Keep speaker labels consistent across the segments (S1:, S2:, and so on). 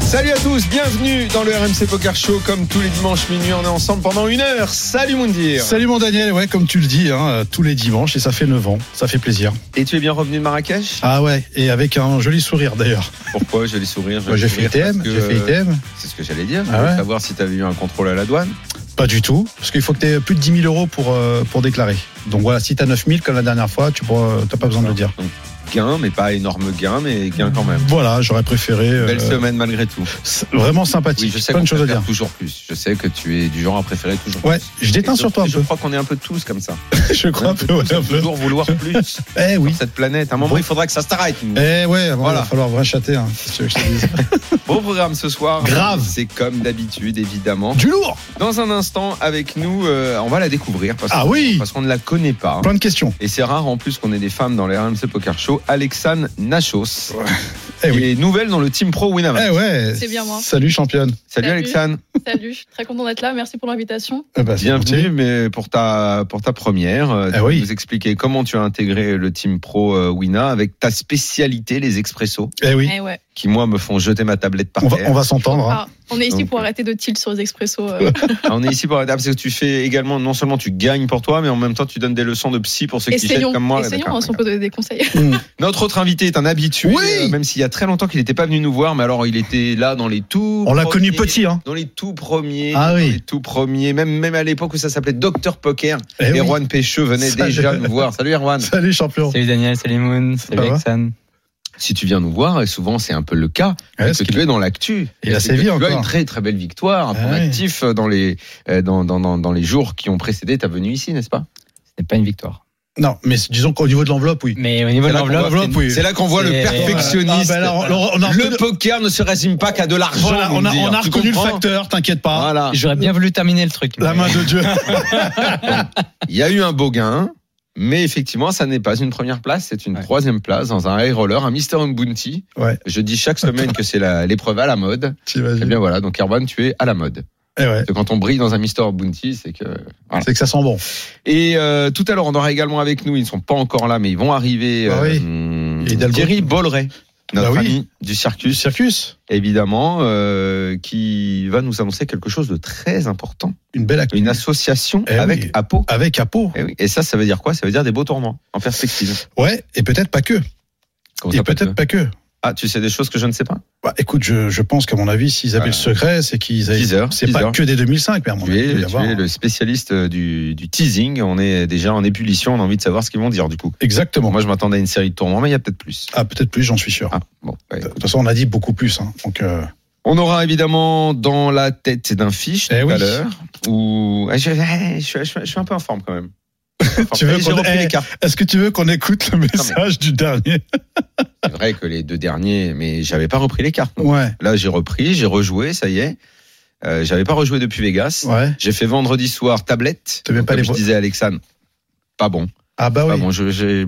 S1: Salut à tous, bienvenue dans le RMC Poker Show. Comme tous les dimanches minuit, on est ensemble pendant une heure. Salut Moundir
S2: Salut mon Daniel, ouais, comme tu le dis,
S1: euh,
S2: hein, tous les dimanches, et ça fait 9 ans, ça fait plaisir.
S1: Et tu es bien revenu de Marrakech
S2: Ah ouais, et avec un joli sourire d'ailleurs.
S1: Ah, Pourquoi Joli
S2: Moi,
S1: sourire. joli
S2: Bah, j'ai fait
S1: sourire,
S2: ITM,
S1: parce que,
S2: j'ai fait ITM.
S1: euh, C'est ce que j'allais dire.
S2: Ah
S1: je voulais
S2: ouais.
S1: Savoir si tu avais eu un contrôle à la douane.
S2: Pas du tout, parce qu'il faut que tu aies plus de 10 000 euros pour, euh, pour déclarer. Donc voilà, si t'as 9 000 comme la dernière fois, tu n'as pas besoin de le dire.
S1: Donc, gain, mais pas énorme gain, mais gain quand même.
S2: Voilà, j'aurais préféré. euh,
S1: Belle semaine malgré tout.
S2: s- Vraiment
S1: Oui,
S2: sympathique,
S1: je sais
S2: plein
S1: qu'on
S2: de choses à
S1: préfère
S2: dire.
S1: toujours plus. Je sais que tu es du genre à préférer toujours
S2: Ouais,
S1: plus.
S2: je déteins
S1: Et
S2: sur
S1: je-
S2: toi un
S1: Je
S2: peu.
S1: crois qu'on est un peu tous comme ça.
S2: Je crois un peu,
S1: On est
S2: ouais,
S1: tous à
S2: un peu.
S1: toujours vouloir plus
S2: Eh oui.
S1: sur cette planète. À un moment, il faudra que ça s'arrête. nous.
S2: Eh ouais, voilà. il
S1: Voilà.
S2: va falloir vrai châter, hein, si tu veux que je te dise.
S1: Beau programme ce soir.
S2: Grave.
S1: C'est comme d'habitude, évidemment.
S2: du lourd
S1: Dans un instant, avec nous, euh, on va la découvrir parce,
S2: Ah
S1: que-
S2: oui
S1: parce qu'on ne la connaît pas.
S2: Plein de questions.
S1: Et c'est rare en plus qu'on ait des femmes dans les RMC Poker Show. Alexane Nachos,
S2: Eh
S1: qui
S2: oui.
S1: est nouvelle dans le Team Pro Winamax.
S2: Eh ouais.
S3: C'est bien moi.
S2: Salut championne.
S1: Salut,
S3: Salut.
S1: Alexane,
S3: Salut, très content d'être là. Merci pour l'invitation.
S2: Eh ben, c'est
S1: bienvenue
S2: gentil.
S1: mais pour ta pour ta première. Euh,
S2: Eh
S1: tu vas
S2: oui.
S1: nous expliquer comment tu as intégré le Team Pro euh, Wina avec ta spécialité les expressos,
S2: Eh oui.
S3: Eh ouais.
S1: qui moi me font jeter ma tablette par
S2: On va,
S1: terre.
S2: on va s'entendre. hein.
S3: Ah, on est ici
S1: Donc,
S3: pour
S1: euh,
S3: arrêter de tilt sur les expressos. euh.
S1: Ah, on est ici pour la table, parce que tu fais également non seulement tu gagnes pour toi, mais en même temps tu donnes des leçons de psy pour ceux qui jettent
S3: essayons,
S1: comme moi.
S3: essayons
S1: D'accord,
S3: hein, si on peut donner des conseils.
S2: Mm.
S1: Notre autre invité est un habitué,
S2: Oui
S1: euh, même s'il y a très longtemps qu'il n'était pas venu nous voir, mais alors il était là dans les tout.
S2: On l'a
S1: premiers-
S2: connu petit, hein.
S1: Dans les tout premiers,
S2: Ah
S1: dans
S2: oui.
S1: les tout premiers, même, même à l'époque où ça s'appelait Docteur Poker,
S2: Eh oui.
S1: Erwan Pécheux venait
S2: Ça,
S1: déjà
S2: je-
S1: nous voir. Salut Erwan.
S2: Salut champion.
S4: Salut Daniel, salut Moon, salut
S2: va
S4: Roxane.
S1: Si tu viens nous voir, et souvent c'est un peu le cas,
S2: Ouais,
S1: parce que
S2: ce qu'il-
S1: tu es dans l'actu.
S2: Il a
S1: Et
S2: sévi
S1: que Tu as
S2: encore.
S1: une très très belle victoire, un
S2: Ah
S1: point
S2: ouais.
S1: actif dans les, euh, dans, dans, dans, dans les jours qui ont précédé ta venue ici, n'est-ce pas
S4: Ce n'est pas une victoire.
S2: Non, mais c'est- disons qu'au niveau de l'enveloppe, oui.
S4: Mais au niveau
S1: C'est
S4: de
S1: là qu'on
S4: l'enveloppe,
S1: voit-
S2: l'enveloppe, oui.
S1: C'est là qu'on voit le
S4: Et-
S1: perfectionniste.
S2: Ah, bah là, on- on a reconnu-
S1: le poker ne se résume pas qu'à de l'argent.
S2: Voilà, on a,
S1: Moundir.
S2: on a
S1: hein. Tu
S2: reconnu le
S1: comprends
S2: facteur, t'inquiète pas.
S1: Voilà.
S4: j'aurais bien voulu terminer le truc.
S2: La
S4: mais-
S2: main de Dieu.
S1: Il y a eu un beau gain, mais effectivement, ça n'est pas une première place, c'est une
S4: Ouais.
S1: troisième place dans un high roller, un Mr. Bounty.
S2: Ouais.
S1: Je dis chaque semaine que c'est la- l'épreuve à la mode. Eh
S2: T'imagines.
S1: bien voilà, donc Erwan, tu es à la mode.
S2: Eh ouais.
S1: Parce que Quand on brille dans un Mr. Bounty, c'est que. Voilà.
S2: C'est que ça sent bon.
S1: Et euh, tout à l'heure, on aura également avec nous, ils ne sont pas encore là, mais ils vont arriver.
S2: Bah oui.
S1: hum,
S2: Hidalgo.
S1: Thierry Bolleret, notre
S2: Bah oui.
S1: ami du
S2: Du
S1: Circus.
S2: circus,
S1: évidemment, euh, qui va nous annoncer quelque chose de très important,
S2: une belle actu.
S1: une association
S2: Eh
S1: avec
S2: oui.
S1: Apo.
S2: Avec Apo.
S1: Eh oui. Et ça, ça veut dire quoi Ça veut dire des beaux tournois en perspective.
S2: Ouais, et peut-être pas que.
S1: Comment
S2: Et
S1: ça peut
S2: peut-être
S1: être
S2: pas que.
S1: Ah, tu sais des choses que je ne sais pas.
S2: Bah, écoute, je, je pense qu'à mon avis, s'ils avaient
S1: Voilà.
S2: le secret, c'est qu'ils avaient.
S1: Teaser,
S2: C'est
S1: teaser.
S2: pas que des 2005, mais à mon
S1: Tu
S2: avis, il doit y
S1: es, tu
S2: avoir- hein.
S1: es le spécialiste euh, du, du teasing. On est déjà en ébullition. On a envie de savoir ce qu'ils vont dire du coup. Bon,
S2: Exactement.
S1: moi, je m'attendais à une série de tournois, mais il y a peut-être plus.
S2: Ah, peut-être plus, j'en suis sûr.
S1: Ah, bon, ouais.
S2: De toute façon, on a dit beaucoup plus. hein. Donc, euh,
S1: On aura évidemment dans la tête d'un fiche tout
S2: Eh oui.
S1: à l'heure. Où... Ah, Je, eh, je- je- je suis un peu en forme quand même.
S2: Tu veux
S1: Eh, j'ai
S2: qu'on-
S1: repris
S2: eh.
S1: les cartes.
S2: Est-ce que tu veux qu'on écoute le message du dernier
S1: C'est vrai que les deux derniers, mais j'avais pas repris les cartes.
S2: Ouais,
S1: Là, j'ai repris, j'ai rejoué, ça y est. Euh, j'avais pas rejoué depuis Vegas.
S2: ouais.
S1: J'ai fait vendredi soir tablette.
S2: T'avais
S1: Donc,
S2: pas
S1: comme
S2: les
S1: je
S2: bro-
S1: disais à Alexandre. Pas bon.
S2: Ah bah
S1: Pas
S2: oui.
S1: bon. Je, j'ai-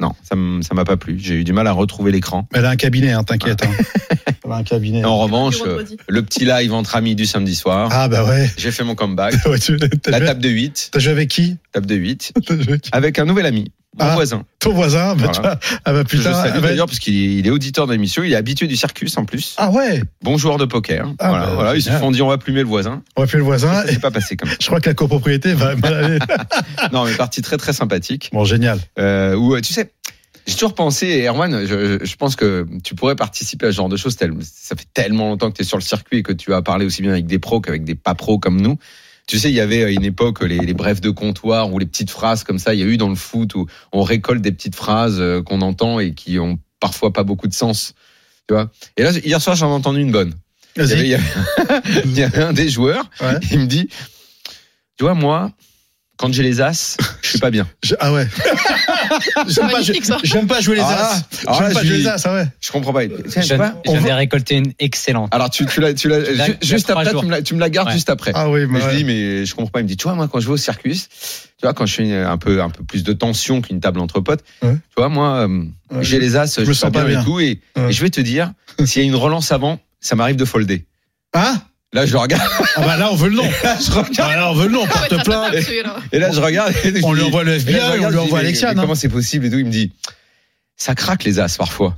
S1: Non, ça m- ça m'a pas plu. J'ai eu du mal à retrouver l'écran.
S2: Elle a un cabinet, hein, t'inquiète. hein. Elle a un cabinet.
S1: Et En revanche, euh,
S3: vendredi.
S1: le petit live entre amis du samedi soir.
S2: Ah bah ouais.
S1: J'ai fait mon comeback.
S2: Ouais, tu- T'as
S1: La
S2: joué-
S1: table de 8,
S2: t'as joué avec qui
S1: table de 8,
S2: T'as joué avec qui
S1: avec un nouvel ami, mon
S2: Ah.
S1: voisin.
S2: Ton voisin bah,
S1: Voilà.
S2: tu vois, Ah bah
S1: que je
S2: putain.
S1: salue
S2: ah bah-
S1: d'ailleurs, parce qu'il est, il est auditeur de l'émission, il est habitué du circus en plus.
S2: Ah ouais,
S1: Bon joueur de poker.
S2: Ah
S1: voilà,
S2: bah,
S1: voilà, ils se
S2: génial.
S1: font dire on va plumer le voisin.
S2: on va appeler le voisin.
S1: Ça s'est pas passé comme ça.
S2: Je crois que la copropriété va mal aller.
S1: Non, mais partie très très sympathique.
S2: Bon, génial.
S1: Euh, où, euh, tu sais, j'ai toujours pensé, Erwan, je, je- je pense que tu pourrais participer à ce genre de choses. tel- ça fait tellement longtemps que tu es sur le circuit et que tu as parlé aussi bien avec des pros qu'avec des pas pros comme nous. Tu sais, il y avait à une époque les, les brefs de comptoir ou les petites phrases comme ça. Il y a eu dans le foot où on récolte des petites phrases euh, qu'on entend et qui ont parfois pas beaucoup de sens. Tu vois et là, hier soir, j'en ai entendu une bonne. Il y avait- il
S2: Vas-y.
S1: y avait- il y avait un des joueurs
S2: Ouais.
S1: il me dit, tu vois, moi, quand j'ai les as, je suis pas bien.
S2: Je- Ah ouais. J'aime pas,
S3: magnifique, ça.
S2: j'aime pas jouer les
S1: Ah là,
S2: as.
S1: alors
S2: J'aime
S1: là,
S2: pas
S1: je
S2: jouer les
S1: lui-
S2: as, ah ouais.
S1: Je comprends pas. Tu sais,
S4: J'en
S1: tu vois,
S4: j'en ai récolté une excellente.
S1: Alors tu, tu, la, tu, la,
S4: l'as-
S1: ju-
S4: il y a
S1: juste
S4: trois
S1: après, tu
S4: jours.
S1: me, la, tu me la gardes
S4: Ouais.
S1: juste après.
S2: Ah oui,
S1: mais
S2: bah ouais.
S1: je dis mais je comprends pas. Il me dit tu vois moi quand je vais au circus, tu vois quand je fais un peu un peu plus de tension qu'une table entre potes,
S2: Ouais.
S1: tu vois moi euh,
S2: Ouais,
S1: j'ai les as, je,
S2: me
S1: me
S2: sens
S1: sens
S2: pas
S1: bien,
S2: bien.
S1: et tout et,
S2: Ouais.
S1: et je vais te dire s'il y a une relance avant, ça m'arrive de folder.
S2: Hein
S1: Là, je le regarde,
S2: Ah bah là, on veut le nom.
S1: je regarde,
S2: Ah, là, on veut le nom,
S3: Ah ouais, t'as
S2: porte
S3: pas
S2: plainte.
S3: absolu, là.
S1: et là, je regarde. et je
S2: On
S1: dis-
S2: lui envoie le
S1: et là, je
S2: FBI, on
S1: regarde,
S2: lui
S1: je dis,
S2: envoie
S1: mais- mais
S2: Alexiane. hein.
S1: Comment c'est possible et tout. Il me dit, ça craque les as parfois.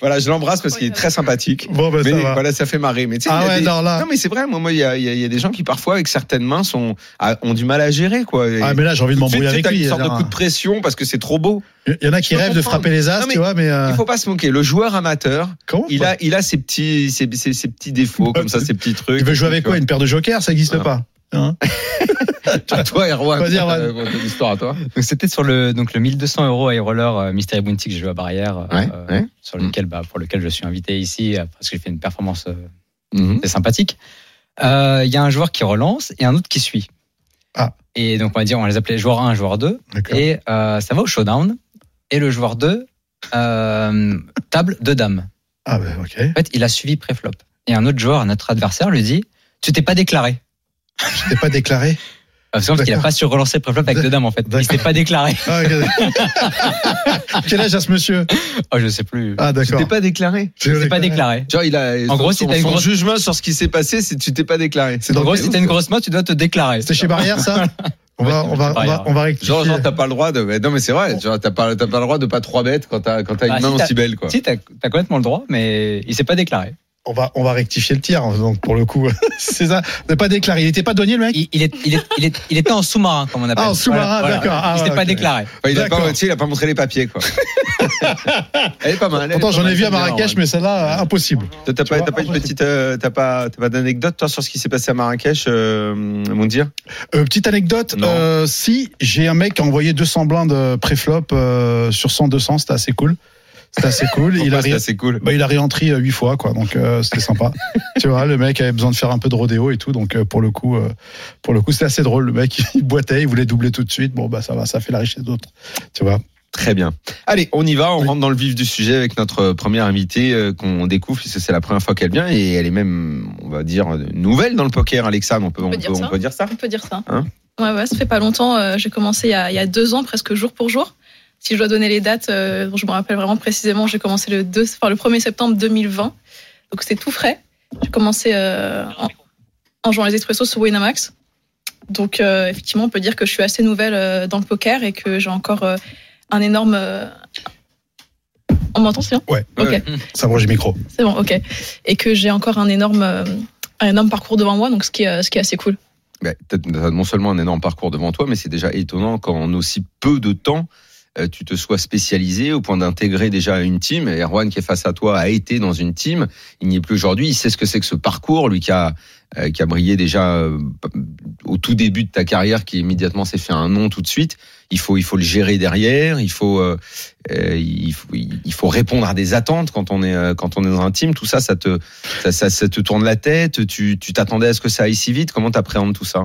S1: voilà, je l'embrasse parce qu'il est très sympathique.
S2: Bon, bah,
S1: Mais
S2: ça va.
S1: voilà, ça fait marrer. Mais tu sais, il
S2: Ah
S1: y a
S2: ouais,
S1: des-
S2: non, là.
S1: Non, mais c'est vrai, moi, moi, il y a, il y a- il y a des gens qui, parfois, avec certaines mains, sont, a- ont du mal à gérer, quoi. Et
S2: Ah, mais là, j'ai envie de
S1: tout de suite,
S2: m'embrouiller
S1: tu
S2: avec
S1: sais, t'as
S2: lui.
S1: une sorte de
S2: alors,
S1: coup de pression parce que c'est trop beau.
S2: hein. Il y en a qui
S1: Je peux
S2: rêvent de
S1: comprendre.
S2: frapper les as,
S1: Non, mais
S2: tu vois, mais. euh,
S1: Il faut pas se moquer. Le joueur amateur,
S2: Comment
S1: il a, il a ses petits, ses, ses- ses petits défauts, comme ça, ses petits trucs.
S2: Il veut jouer avec quoi Une paire de jokers Ça n'existe
S1: Voilà.
S2: pas. Hein
S1: À toi, Erwan.
S2: Vas-y, Erwan.
S1: Euh, raconte l'histoire à toi.
S4: Donc c'était sur le donc le 1200 euros à Roller euh, Mystery Bounty que j'ai joué à Barrière, euh,
S1: Ouais, ouais.
S4: sur
S1: Mm.
S4: lequel bah, pour lequel je suis invité ici euh, parce que j'ai fait une performance euh,
S1: Mhm.
S4: C'est sympathique. Euh, Il y a un joueur qui relance et un autre qui suit.
S2: Ah.
S4: Et donc, on va dire, on les appelait joueur 1, joueur 2.
S2: D'accord.
S4: Et euh, ça va au showdown. Et le joueur 2, euh, table de dames.
S2: Ah, bah, ok.
S4: En fait, il a suivi préflop. Et un autre joueur, notre adversaire, lui dit Tu t'es pas déclaré.
S2: Je t'ai pas déclaré.
S4: Euh, Parce qu'en fait, il a
S2: D'accord.
S4: pas su relancer préflop avec deux dames, en fait. Il s'était pas déclaré.
S2: Ah, ok. Quel âge a ce monsieur
S4: Oh, je sais plus.
S2: Ah,
S1: Tu
S2: d'accord.
S1: t'es pas déclaré.
S2: Je
S4: C'est pas déclaré.
S1: Genre, il a.
S4: En gros, si
S1: son,
S4: t'as une
S1: son
S4: grosse-
S1: jugement sur ce qui s'est passé, c'est tu t'es pas déclaré.
S2: C'est
S4: En
S2: dans
S4: gros,
S2: quel-
S4: si t'as une grosse main, tu dois te déclarer.
S2: C'était chez Barrière, ça on va,
S4: Ouais,
S2: on, va,
S4: chez
S2: on,
S4: Barrière.
S2: va, on va rectifier.
S1: Genre, genre t'as pas le droit de. mais Non, mais c'est vrai. Genre, t'as pas, t'as pas le droit de pas trois bêtes quand t'as, quand t'as une
S4: Ah, si
S1: main
S4: t'as-
S1: aussi belle, quoi.
S4: Si, t'as t'as complètement le droit, mais il s'est pas déclaré.
S2: on, va, on va rectifier le tir, hein, donc pour le coup. c'est ça. T'as pas déclaré. Il était pas douanier, le mec
S4: Il, il est, il, est, il, est, il était en sous-marin, comme on appelle.
S2: Ah, en sous-marin,
S4: Voilà, voilà.
S2: d'accord. Ah,
S4: il s'était
S2: ouais,
S4: pas
S2: ok.
S4: déclaré.
S1: Enfin, il, a
S2: D'accord.
S1: pas, tu sais, il a pas montré les papiers, quoi. elle est pas mal. elle est
S2: Pourtant,
S1: pas
S2: j'en
S1: mal,
S2: ai vu à
S1: j'aime bien,
S2: Marrakech,
S1: ouais.
S2: mais celle-là, euh, impossible.
S1: Toi, T'as
S2: Tu
S1: pas,
S2: vois,
S1: t'as pas une
S2: après,
S1: petite, euh, t'as pas, t'as pas d'anecdote toi sur ce qui s'est passé à Marrakech, euh, mon dire.
S2: Euh, petite anecdote,
S1: Non.
S2: euh, si j'ai un mec qui a envoyé 200 blindes euh, pré-flop euh, sur 100-200, c'était assez cool. C'était assez cool. il, a
S1: Pourquoi,
S2: ré...
S1: c'est assez cool.
S2: bah, il a réentré 8 fois, quoi. Donc euh, c'était sympa. tu vois, le mec avait besoin de faire un peu de rodéo et tout. Donc euh, pour le coup, euh, pour le coup, c'était assez drôle. Le mec, il boitait, il voulait doubler tout de suite. Bon, bah ça va, ça fait la richesse d'autres. Tu vois.
S1: Très bien. Allez, on y va, on rentre dans le vif du sujet avec notre première invitée euh, qu'on découvre puisque c'est la première fois qu'elle vient et elle est même, on va dire, euh, nouvelle dans le poker, Alexandre. On peut, on
S3: peut
S1: peut-
S3: dire
S1: on
S3: ça.
S1: peut dire ça
S3: On peut dire ça.
S1: Hein
S3: ouais, ouais, ça fait pas longtemps. euh, j'ai commencé il y, a, il y a deux ans, presque jour pour jour. Si je dois donner les dates, euh, je me rappelle vraiment précisément, j'ai commencé le, 2, enfin, le 1er septembre 2020. Donc c'est tout frais. J'ai commencé euh, en, en jouant les expressos sous Winamax. Donc euh, effectivement, on peut dire que je suis assez nouvelle euh, dans le poker et que j'ai encore euh, un énorme... euh, On m'entend, c'est bien
S2: Ouais.
S3: Ok.
S1: Ouais.
S2: Ça branche le micro.
S3: C'est bon, ok. Et que j'ai encore un énorme, euh, un énorme parcours devant moi, donc ce qui est, euh, ce qui est assez cool.
S1: Bah, t'as- t'as non seulement un énorme parcours devant toi, mais c'est déjà étonnant qu'en aussi peu de temps, euh, tu te sois spécialisé au point d'intégrer déjà une team. Et Erwan qui est face à toi a été dans une team. Il n'y est plus aujourd'hui. Il sait ce que c'est que ce parcours, lui qui a, euh, qui a brillé déjà euh, au tout début de ta carrière, qui immédiatement s'est fait un nom tout de suite. Il faut, il faut le gérer derrière. Il faut, euh, euh, il faut, il faut répondre à des attentes quand on est, euh, quand on est dans un team. Tout ça, ça te, ça, ça- ça te tourne la tête. Tu, tu t'attendais à ce que ça aille si vite. Comment t'appréhendes tout ça?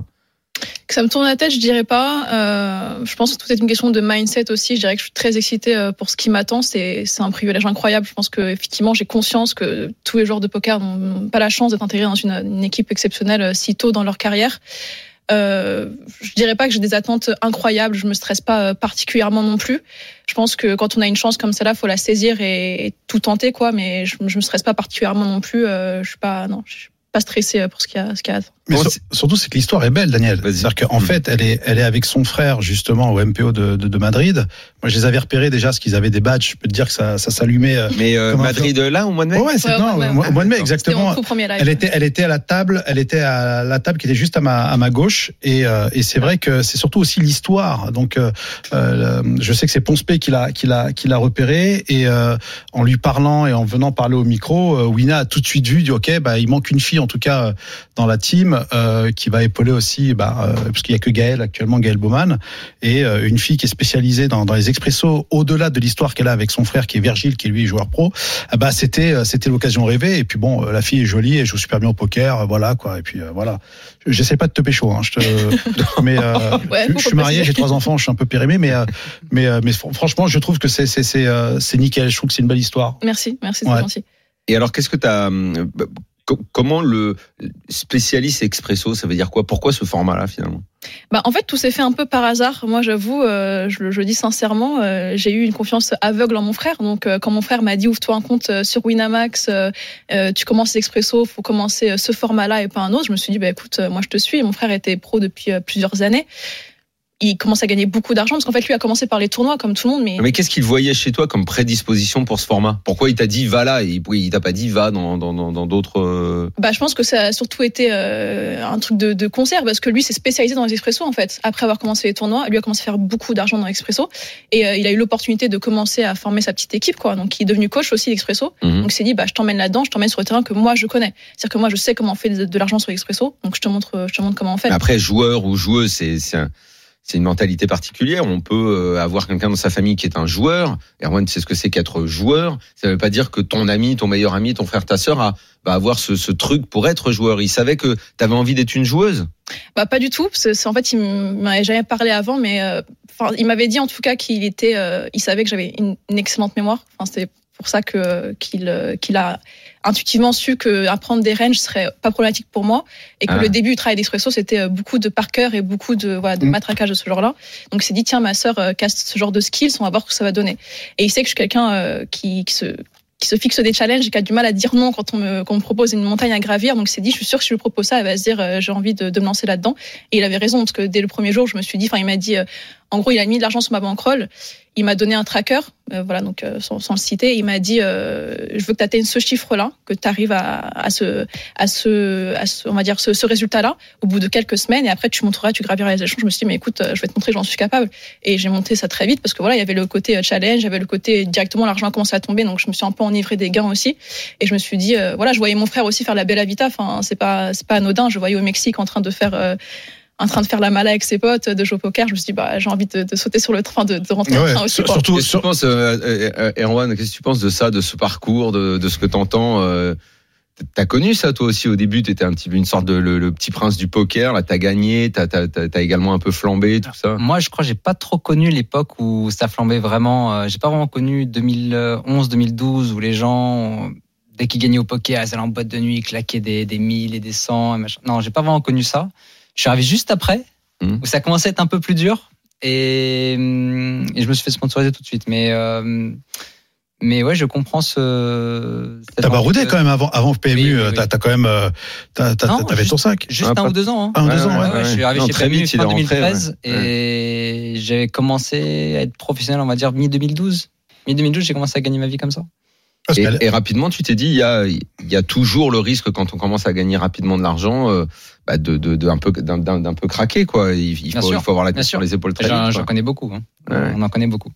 S3: Que ça me tourne la tête, je dirais pas. Euh, je pense que tout est une question de mindset aussi. Je dirais que je suis très excitée euh, pour ce qui m'attend. C'est, c'est un privilège incroyable. Je pense que effectivement, j'ai conscience que tous les joueurs de poker n'ont pas la chance d'être intégrés dans une, une équipe exceptionnelle euh, si tôt dans leur carrière. Euh, je dirais pas que j'ai des attentes incroyables. Je me stresse pas euh, particulièrement non plus. Je pense que quand on a une chance comme celle-là, faut la saisir et, et tout tenter, quoi. Mais je, je me stresse pas particulièrement non plus. Euh, je suis pas, non, je suis pas stressée euh, pour ce qu'il y a, ce qu'il y a à attendre.
S2: Mais
S1: Bon,
S2: sur-
S1: c'est-
S2: surtout, c'est que l'histoire est belle, Daniel.
S1: Vas-y.
S2: C'est-à-dire qu'en
S1: Mm.
S2: fait, elle est, elle est avec son frère, justement, au MPO de, de, de Madrid. Moi, je les avais repérés déjà, parce qu'ils avaient des badges. Je peux te dire que ça, ça s'allumait. euh.
S1: Mais euh,
S2: Comment
S1: Madrid là au mois de mai
S2: Ouais, ouais, c'est
S3: Ouais,
S2: non,
S3: ouais, ouais.
S2: au mois- au mois de mai,
S3: C'était mon
S2: exactement.
S3: tout premier live.
S2: Elle était, elle était à la table, elle était à la table qui était juste à ma, à ma gauche. Et, euh, et c'est vrai que c'est surtout aussi l'histoire. Donc, euh, euh, je sais que c'est Ponspé qui l'a, qui l'a, qui l'a repéré. Et euh, en lui parlant et en venant parler au micro, euh, Wina a tout de suite vu, dit OK, bah il manque une fille en tout cas euh, dans la team euh, qui va épauler aussi, bah, euh, parce qu'il y a que Gaël actuellement, Gaël Baumann, et euh, une fille qui est spécialisée dans, dans les expressos. Au-delà de l'histoire qu'elle a avec son frère qui est Virgile, qui lui est joueur pro, ah bah c'était euh, c'était l'occasion rêvée et puis bon euh, la fille est jolie et joue super bien au poker euh, voilà quoi et puis euh, voilà j'essaie pas de te pécho hein je te mais euh,
S3: Ouais,
S2: je,
S3: faut
S2: je suis marié
S3: préciser.
S2: j'ai trois enfants je suis un peu périmé mais euh, mais euh, mais fr- franchement je trouve que c'est c'est c'est euh, c'est nickel je trouve que c'est une belle histoire
S3: Merci, merci, c'est
S2: Ouais.
S3: gentil.
S1: Et alors qu'est-ce que t'as hum, bah, co- comment le spécialiste expresso, ça veut dire quoi Pourquoi ce format-là finalement
S3: Bah, en fait, tout s'est fait un peu par hasard. Moi, j'avoue, euh, je, le- je le dis sincèrement, euh, j'ai eu une confiance aveugle en mon frère. Donc, euh, quand mon frère m'a dit ouvre-toi un compte euh, sur Winamax, euh, euh, tu commences l'expresso, faut commencer euh, ce format-là et pas un autre, je me suis dit bah écoute, euh, moi je te suis. Mon frère était pro depuis euh, plusieurs années. Il commence à gagner beaucoup d'argent parce qu'en fait, lui a commencé par les tournois comme tout le monde, mais
S1: Ah, Mais qu'est-ce qu'il voyait chez toi comme prédisposition pour ce format Pourquoi il t'a dit va là et il t'a pas dit va dans dans- dans- dans d'autres euh,
S3: Bah, je pense que ça a surtout été euh, un truc de, de concert parce que lui s'est spécialisé dans les expressos en fait. Après avoir commencé les tournois, lui a commencé à faire beaucoup d'argent dans l'expresso et euh, il a eu l'opportunité de commencer à former sa petite équipe quoi. Donc il est devenu coach aussi d'expresso.
S1: Mhm.
S3: Donc il s'est dit bah je t'emmène là-dedans, je t'emmène sur le terrain que moi je connais. C'est-à-dire que moi je sais comment on fait de, de l'argent sur l'expresso. Donc je te montre, je te montre comment on fait.
S1: Mais Après, joueur ou joueuse, c'est c'est un- c'est une mentalité particulière. On peut euh, avoir quelqu'un dans sa famille qui est un joueur. Erwan, tu sais ce que c'est qu'être joueur. Ça ne veut pas dire que ton ami, ton meilleur ami, ton frère, ta sœur a, va avoir ce, ce truc pour être joueur. Il savait que tu avais envie d'être une joueuse.
S3: Bah pas du tout, parce que c'est en fait il m'avait jamais parlé avant, mais euh, enfin, il m'avait dit en tout cas qu'il était, euh, il savait que j'avais une, une excellente mémoire. Enfin c'est pour ça que qu'il euh, qu'il a intuitivement su que apprendre des ranges serait pas problématique pour moi et que
S1: Ah.
S3: le début du travail d'expresso c'était euh, beaucoup de par cœur et beaucoup de voilà de
S2: Mm.
S3: matraquage de ce genre-là. Donc il s'est dit tiens ma sœur euh, casse ce genre de skills, on va voir ce que ça va donner. Et il sait que je suis quelqu'un euh, qui, qui se qui se fixe des challenges et qui a du mal à dire non quand on me, quand on me propose une montagne à gravir. Donc, il s'est dit, je suis sûre que si je lui propose ça, elle va se dire, euh, j'ai envie de, de me lancer là-dedans. Et il avait raison, parce que dès le premier jour, je me suis dit, enfin, il m'a dit, euh, en gros, il a mis de l'argent sur ma bankroll, il m'a donné un tracker, euh, voilà, donc euh, sans, sans le citer, il m'a dit, euh, je veux que tu atteignes ce chiffre-là, que tu arrives à, à, ce, à, ce, à ce, on va dire, ce, ce résultat-là, au bout de quelques semaines, et après, tu monteras, tu graviras les échelons. Je me suis dit, mais écoute, euh, je vais te montrer, j'en suis capable. Et j'ai monté ça très vite, parce que voilà, il y avait le côté euh, challenge, il y avait le côté directement, l'argent a commencé à tomber, donc je me suis un peu enivrée des gains aussi. Et je me suis dit, euh, voilà, je voyais mon frère aussi faire la Bella Vita. Enfin, c'est pas, c'est pas anodin. Je voyais au Mexique en train de faire, euh, en train de faire la mala avec ses potes, de jouer au poker. Je me suis dit, bah, j'ai envie de, de sauter sur le train, de, de rentrer
S2: Ouais,
S4: Ah,
S3: en train aussi.
S2: sur-
S3: quoi.
S2: surtout,
S1: Qu'est-ce que tu
S2: sur-
S1: penses, euh, euh, euh, Erwan Qu'est-ce que tu penses de ça, de ce parcours, de, de ce que t'entends euh, T'as connu ça toi aussi au début T'étais un petit, une sorte de le, le petit prince du poker. Là, t'as gagné, t'as as, également un peu flambé,
S4: Ah,
S1: tout ça.
S4: Moi, je crois que j'ai pas trop connu l'époque où ça flambait vraiment. Euh, J'ai pas vraiment connu 2011-2012 où les gens, euh, dès qu'ils gagnaient au poker, ils allaient en boîte de nuit, ils claquaient des, des 1000 et des 100 et machin. Non, j'ai pas vraiment connu ça. Je suis arrivé juste après,
S1: Mhm.
S4: où ça commençait à être un peu plus dur. Et, hum, et je me suis fait sponsoriser tout de suite. Mais, euh, mais ouais, je comprends ce. cette
S2: T'as
S4: envie
S2: baroudé
S4: de-
S2: quand même avant, avant PMU.
S4: Oui, oui, oui.
S2: T'as t'as quand même, euh, t'as- t'as-
S4: Non,
S2: t'avais
S4: juste-
S2: ton sac.
S4: Juste
S1: Ah,
S4: un
S1: pas-
S4: ou deux ans. hein.
S2: Un ou deux
S1: Ouais,
S2: ans.
S4: Ouais,
S2: ouais.
S4: ouais, je suis arrivé
S1: Non,
S4: chez
S1: très
S4: PMU
S1: vite, il
S4: fin
S1: est rentré,
S4: 2013
S1: ouais. Ouais.
S4: et j'avais commencé à être professionnel, on va dire, mi-2012. Mi-2012, j'ai commencé à gagner ma vie comme ça.
S2: Parce
S1: Et,
S2: qu'elle-
S1: et rapidement, tu t'es dit, il y a, il y a toujours le risque quand on commence à gagner rapidement de l'argent, euh, bah, de, de, de un peu d'un, d'un- d'un peu craquer quoi. Il, il
S4: Bien
S1: faut,
S4: sûr.
S1: il faut avoir la tête
S4: Bien
S1: sur
S4: sûr.
S1: les épaules très vite.
S4: J'en
S1: quoi.
S4: j'en connais beaucoup. hein.
S1: Ouais.
S4: On en connaît beaucoup.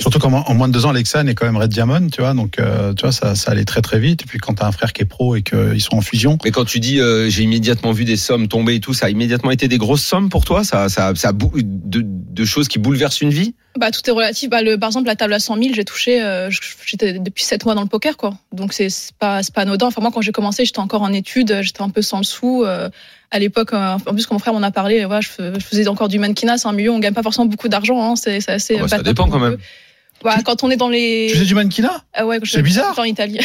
S2: Surtout qu'en en moins de deux ans, Alexane est quand même Red Diamond, tu vois. Donc, euh, tu vois, ça, ça allait très très vite. Et puis, quand t'as un frère qui est pro et qu'ils sont en fusion,
S1: Mais quand tu dis euh, j'ai immédiatement vu des sommes tomber et tout, ça a immédiatement été des grosses sommes pour toi Ça, ça, ça bou- de, de choses qui bouleversent une vie
S3: Bah, tout est relatif. Bah, le, par exemple, la table à 100 000, j'ai touché, euh, je- j'étais depuis 7 mois dans le poker, quoi. Donc, c'est c'est pas, c'est pas anodin. Enfin, moi, quand j'ai commencé, j'étais encore en études, j'étais un peu sans le sou. euh, à l'époque, euh, en plus, quand mon frère m'en a parlé, voilà, je, fais- je faisais encore du mannequinat, c'est un milieu, où on gagne pas forcément beaucoup d'argent, hein, c'est c'est assez.
S1: Ah bah, ça
S3: bâtard
S1: dépend quand
S3: comme
S1: même.
S3: peu. Ouais, quand on est dans les.
S2: tu faisais du mannequinat
S3: Ah ouais, quand
S2: C'est
S3: j'étais
S2: bizarre.
S3: En Italie.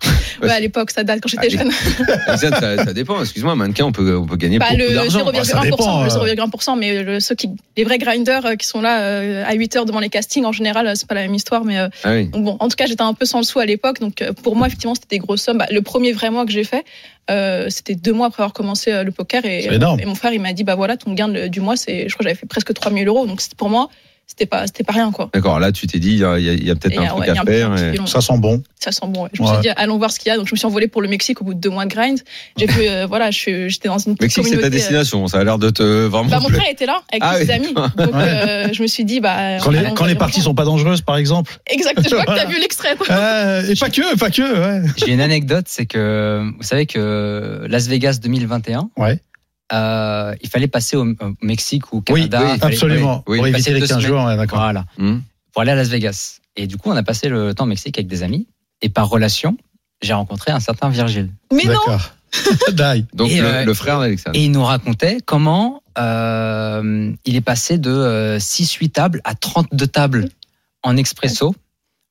S3: ouais, à l'époque, ça date quand j'étais
S1: Ah,
S3: jeune.
S1: ça, ça- ça dépend, excuse-moi, un mannequin, on peut, on peut gagner
S3: Bah,
S1: beaucoup
S3: le
S1: d'argent.
S2: bah, ça
S3: 0,1%,
S2: dépend,
S3: le
S2: euh.
S3: 0,1%, mais le- ceux qui, les vrais grinders euh, qui sont là euh, à 8 heures devant les castings, en général, euh, c'est pas la même histoire, mais euh,
S1: Ah oui.
S3: Donc bon, en tout cas, j'étais un peu sans le sou à l'époque, donc euh, pour moi, effectivement, c'était des grosses sommes. Bah, le premier vrai mois que j'ai fait, euh, c'était deux mois après avoir commencé euh, le poker, et,
S2: C'est énorme.
S3: et mon frère, il m'a dit, bah voilà, ton gain de- du mois, c'est, je crois, que j'avais fait presque 3000 euros, donc c'était- pour moi, c'était pas, c'était pas rien, quoi.
S1: D'accord, là tu t'es dit, il y a, il y a- il y a peut-être
S3: Et,
S1: un
S3: euh,
S1: truc
S3: ouais, il y a
S1: à
S3: un petit-
S1: faire.
S3: un petit
S1: et-
S3: filon.
S2: Ça sent bon.
S3: Ça sent bon. ouais. Je me
S2: Ouais.
S3: suis dit, allons voir ce qu'il y a. Donc, je me suis envolée pour le Mexique au bout de deux mois de grind. J'ai vu, euh, voilà, je suis- j'étais dans une petite
S1: Mexique, c'est
S3: communauté. euh,
S1: ta destination, ça a l'air de te vraiment.
S3: Bah, mon frère était là avec
S1: Ah
S3: tous ses
S1: oui.
S3: amis. Donc, euh, je me suis dit, bah.
S2: Quand
S3: on
S2: les,
S3: va- on
S2: quand
S3: va
S2: les
S3: y
S2: parties
S3: retourner.
S2: sont pas dangereuses, par exemple.
S3: Exact. Je vois que t'as vu l'extrait. toi.
S2: Euh, et pas que, pas que, ouais.
S4: J'ai une anecdote, c'est que vous savez que Las Vegas 2021,
S2: Ouais.
S4: euh, il fallait passer au, au Mexique ou au
S2: Oui,
S4: Canada. il fallait-
S2: absolument.
S1: oui,
S2: Pour
S1: oui,
S2: éviter
S4: passer
S2: les
S4: deux
S2: 15
S4: semaines.
S2: jours, ouais, d'accord.
S4: Voilà.
S1: Hum.
S4: Pour aller à Las Vegas. Et du coup, on a passé le temps au Mexique avec des amis. Et par relation, j'ai rencontré un certain Virgile.
S3: Mais non.
S2: D'accord. Die.
S1: Donc
S4: Et,
S1: le,
S4: euh,
S1: le frère d'Alexandre.
S4: Et il nous racontait comment euh, il est passé de euh, 6-8 tables à 32 tables en expresso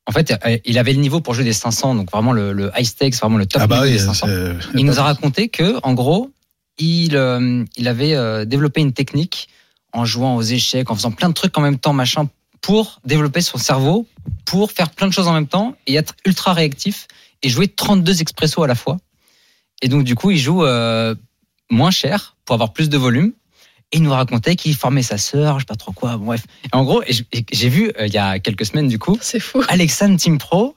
S4: En fait, euh, il avait le niveau pour jouer des 500, donc vraiment le, le high stakes, vraiment le top
S2: Ah bah
S4: niveau
S2: oui,
S4: des 500.
S2: c'est-
S4: Il nous a raconté que, en gros, il, euh, il avait euh, développé une technique en jouant aux échecs, en faisant plein de trucs en même temps, machin, pour développer son cerveau, pour faire plein de choses en même temps et être ultra réactif et jouer 32 expressos à la fois. Et donc, du coup, il joue euh, moins cher pour avoir plus de volume. Et il nous racontait qu'il formait sa sœur, je sais pas trop quoi, bon, bref. Et en gros, et j- et j'ai vu euh, il y a quelques semaines, du coup,
S3: C'est fou.
S4: Alexandre Team Pro.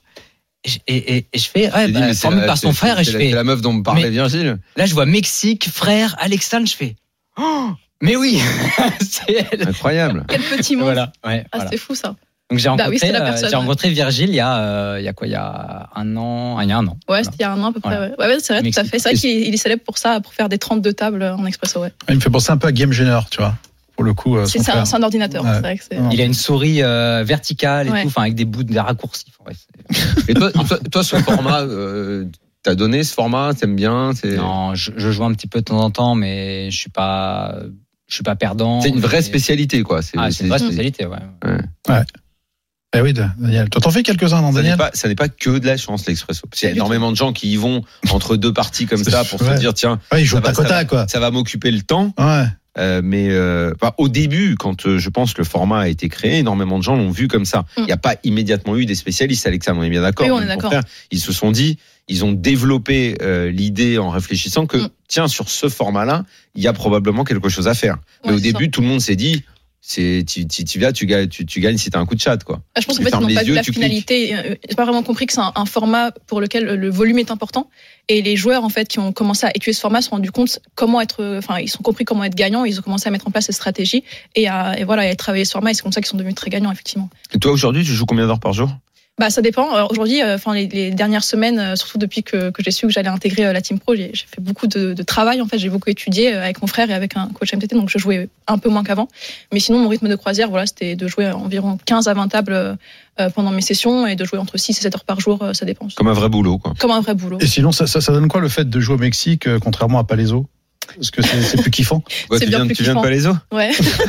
S4: Et, je- et- et- et je fais, ouais,
S1: J'ai dit,
S4: bah,
S1: mais c'est
S4: formé
S1: la-
S4: par son
S1: c'est-
S4: frère, et
S1: c'est
S4: je
S1: la-
S4: fais,
S1: C'est la meuf dont me parlait
S4: Mais-
S1: Virgile.
S4: Là, je vois Mexique, frère, Alexandre, je fais. Oh, mais oui, c'est
S1: Ah,
S4: elle.
S1: Incroyable.
S3: Quel petit monde.
S4: Voilà, ouais,
S3: Ah,
S4: voilà.
S3: c'est fou ça.
S4: Donc j'ai
S3: Bah
S4: rencontré,
S3: oui, c'est la
S4: euh,
S3: personne.
S4: j'ai rencontré Virgile il y a, euh, il y a quoi, il y a un an, ah, il y a un an.
S3: Ouais,
S4: Voilà.
S3: c'était il y a un an à peu près.
S4: Voilà.
S3: Ouais, ouais, ouais, c'est vrai, tout à
S4: Mexique.
S3: fait. C'est vrai qu'il il est célèbre pour ça, pour faire des 32 tables en expresso. Ouais.
S2: Il me fait penser un peu à Game Jenner, tu vois. Pour le coup, euh,
S3: C'est
S2: son
S3: c'est un,
S2: frère.
S3: c'est un ordinateur.
S2: Ouais.
S3: C'est vrai que c'est.
S2: Ouais.
S4: Il a une souris euh, verticale et
S3: Ouais.
S4: tout, enfin avec des bouts de raccourcis. Enfin, bref, c'est-
S1: Et toi, toi, toi, ce format, euh, t'as donné ce format, t'aimes bien, c'est.
S4: non, je, je joue un petit peu de temps en temps, mais je suis pas, je suis pas perdant.
S1: C'est une vraie
S4: Mais-
S1: spécialité, quoi. C'est
S4: Ah, c'est une vraie
S1: c'est-
S4: spécialité, ouais.
S2: Eh oui, Daniel. Toi, t'en fais quelques-uns, non,
S1: Ça n'est
S2: Daniel
S1: pas, ça n'est pas que de la chance, l'expresso. Parce qu'il y a
S3: Pas du
S1: énormément de gens qui y vont entre deux parties comme
S2: C'est-
S1: ça pour
S2: ouais.
S1: se dire, tiens,
S2: Ouais, il joue
S1: ça
S2: au
S1: va, ça
S2: Takota, quoi.
S1: ça va m'occuper le temps.
S2: Ouais.
S1: Euh, mais euh, enfin, au début, quand euh, je pense que le format a été créé, énormément de gens l'ont vu comme ça.
S3: Mm.
S1: Il n'y a pas immédiatement eu des spécialistes, Alexandre, on est bien d'accord.
S3: Oui, on est
S1: Même ton
S3: d'accord.
S1: frère, Ils se sont dit, ils ont développé euh, l'idée en réfléchissant que,
S3: Mm.
S1: tiens, sur ce format-là, il y a probablement quelque chose à faire. mais
S3: Ouais,
S1: au
S3: c'est ça.
S1: début, tout le monde s'est dit, c'est tu, tu, tu vas, tu, gagnes- tu, tu gagnes si t'as un coup de chat, quoi.
S3: Ah, je pense
S1: Tu
S3: qu'en fait, ils
S1: fermes
S3: n'ont
S1: les
S3: pas vu
S1: yeux,
S3: la
S1: tu cliques.
S3: finalité. Euh, J'ai pas vraiment compris que c'est un, un format pour lequel le volume est important. Et les joueurs, en fait, qui ont commencé à étudier ce format, se sont rendus compte comment être, enfin, ils ont compris comment être gagnants. Ils ont commencé à mettre en place ces stratégies et à, et voilà, et à travailler ce format. Et c'est comme ça qu'ils sont devenus très gagnants, effectivement.
S1: Et toi, aujourd'hui, tu joues combien d'heures par jour
S3: Bah, ça dépend. Alors, Aujourd'hui, euh, enfin, les, les dernières semaines, euh, surtout depuis que, que j'ai su que j'allais intégrer euh, la Team Pro, j'ai j'ai fait beaucoup de, de travail. En fait, j'ai beaucoup étudié euh, avec mon frère et avec un coach MTT, donc je jouais un peu moins qu'avant. Mais sinon, mon rythme de croisière, voilà, c'était de jouer environ 15 à 20 tables euh, euh, pendant mes sessions et de jouer entre 6 et 7 heures par jour, euh, ça dépend.
S1: Comme un vrai boulot, quoi.
S3: Comme un vrai boulot.
S2: Et sinon, ça, ça, ça donne quoi le fait de jouer au Mexique, euh, contrairement à Palaiso Parce que c'est c'est plus kiffant.
S1: Quoi,
S3: C'est
S1: tu
S3: bien
S1: viens,
S3: plus
S1: tu viens de
S3: kiffant.
S1: Palaiso
S3: Ouais,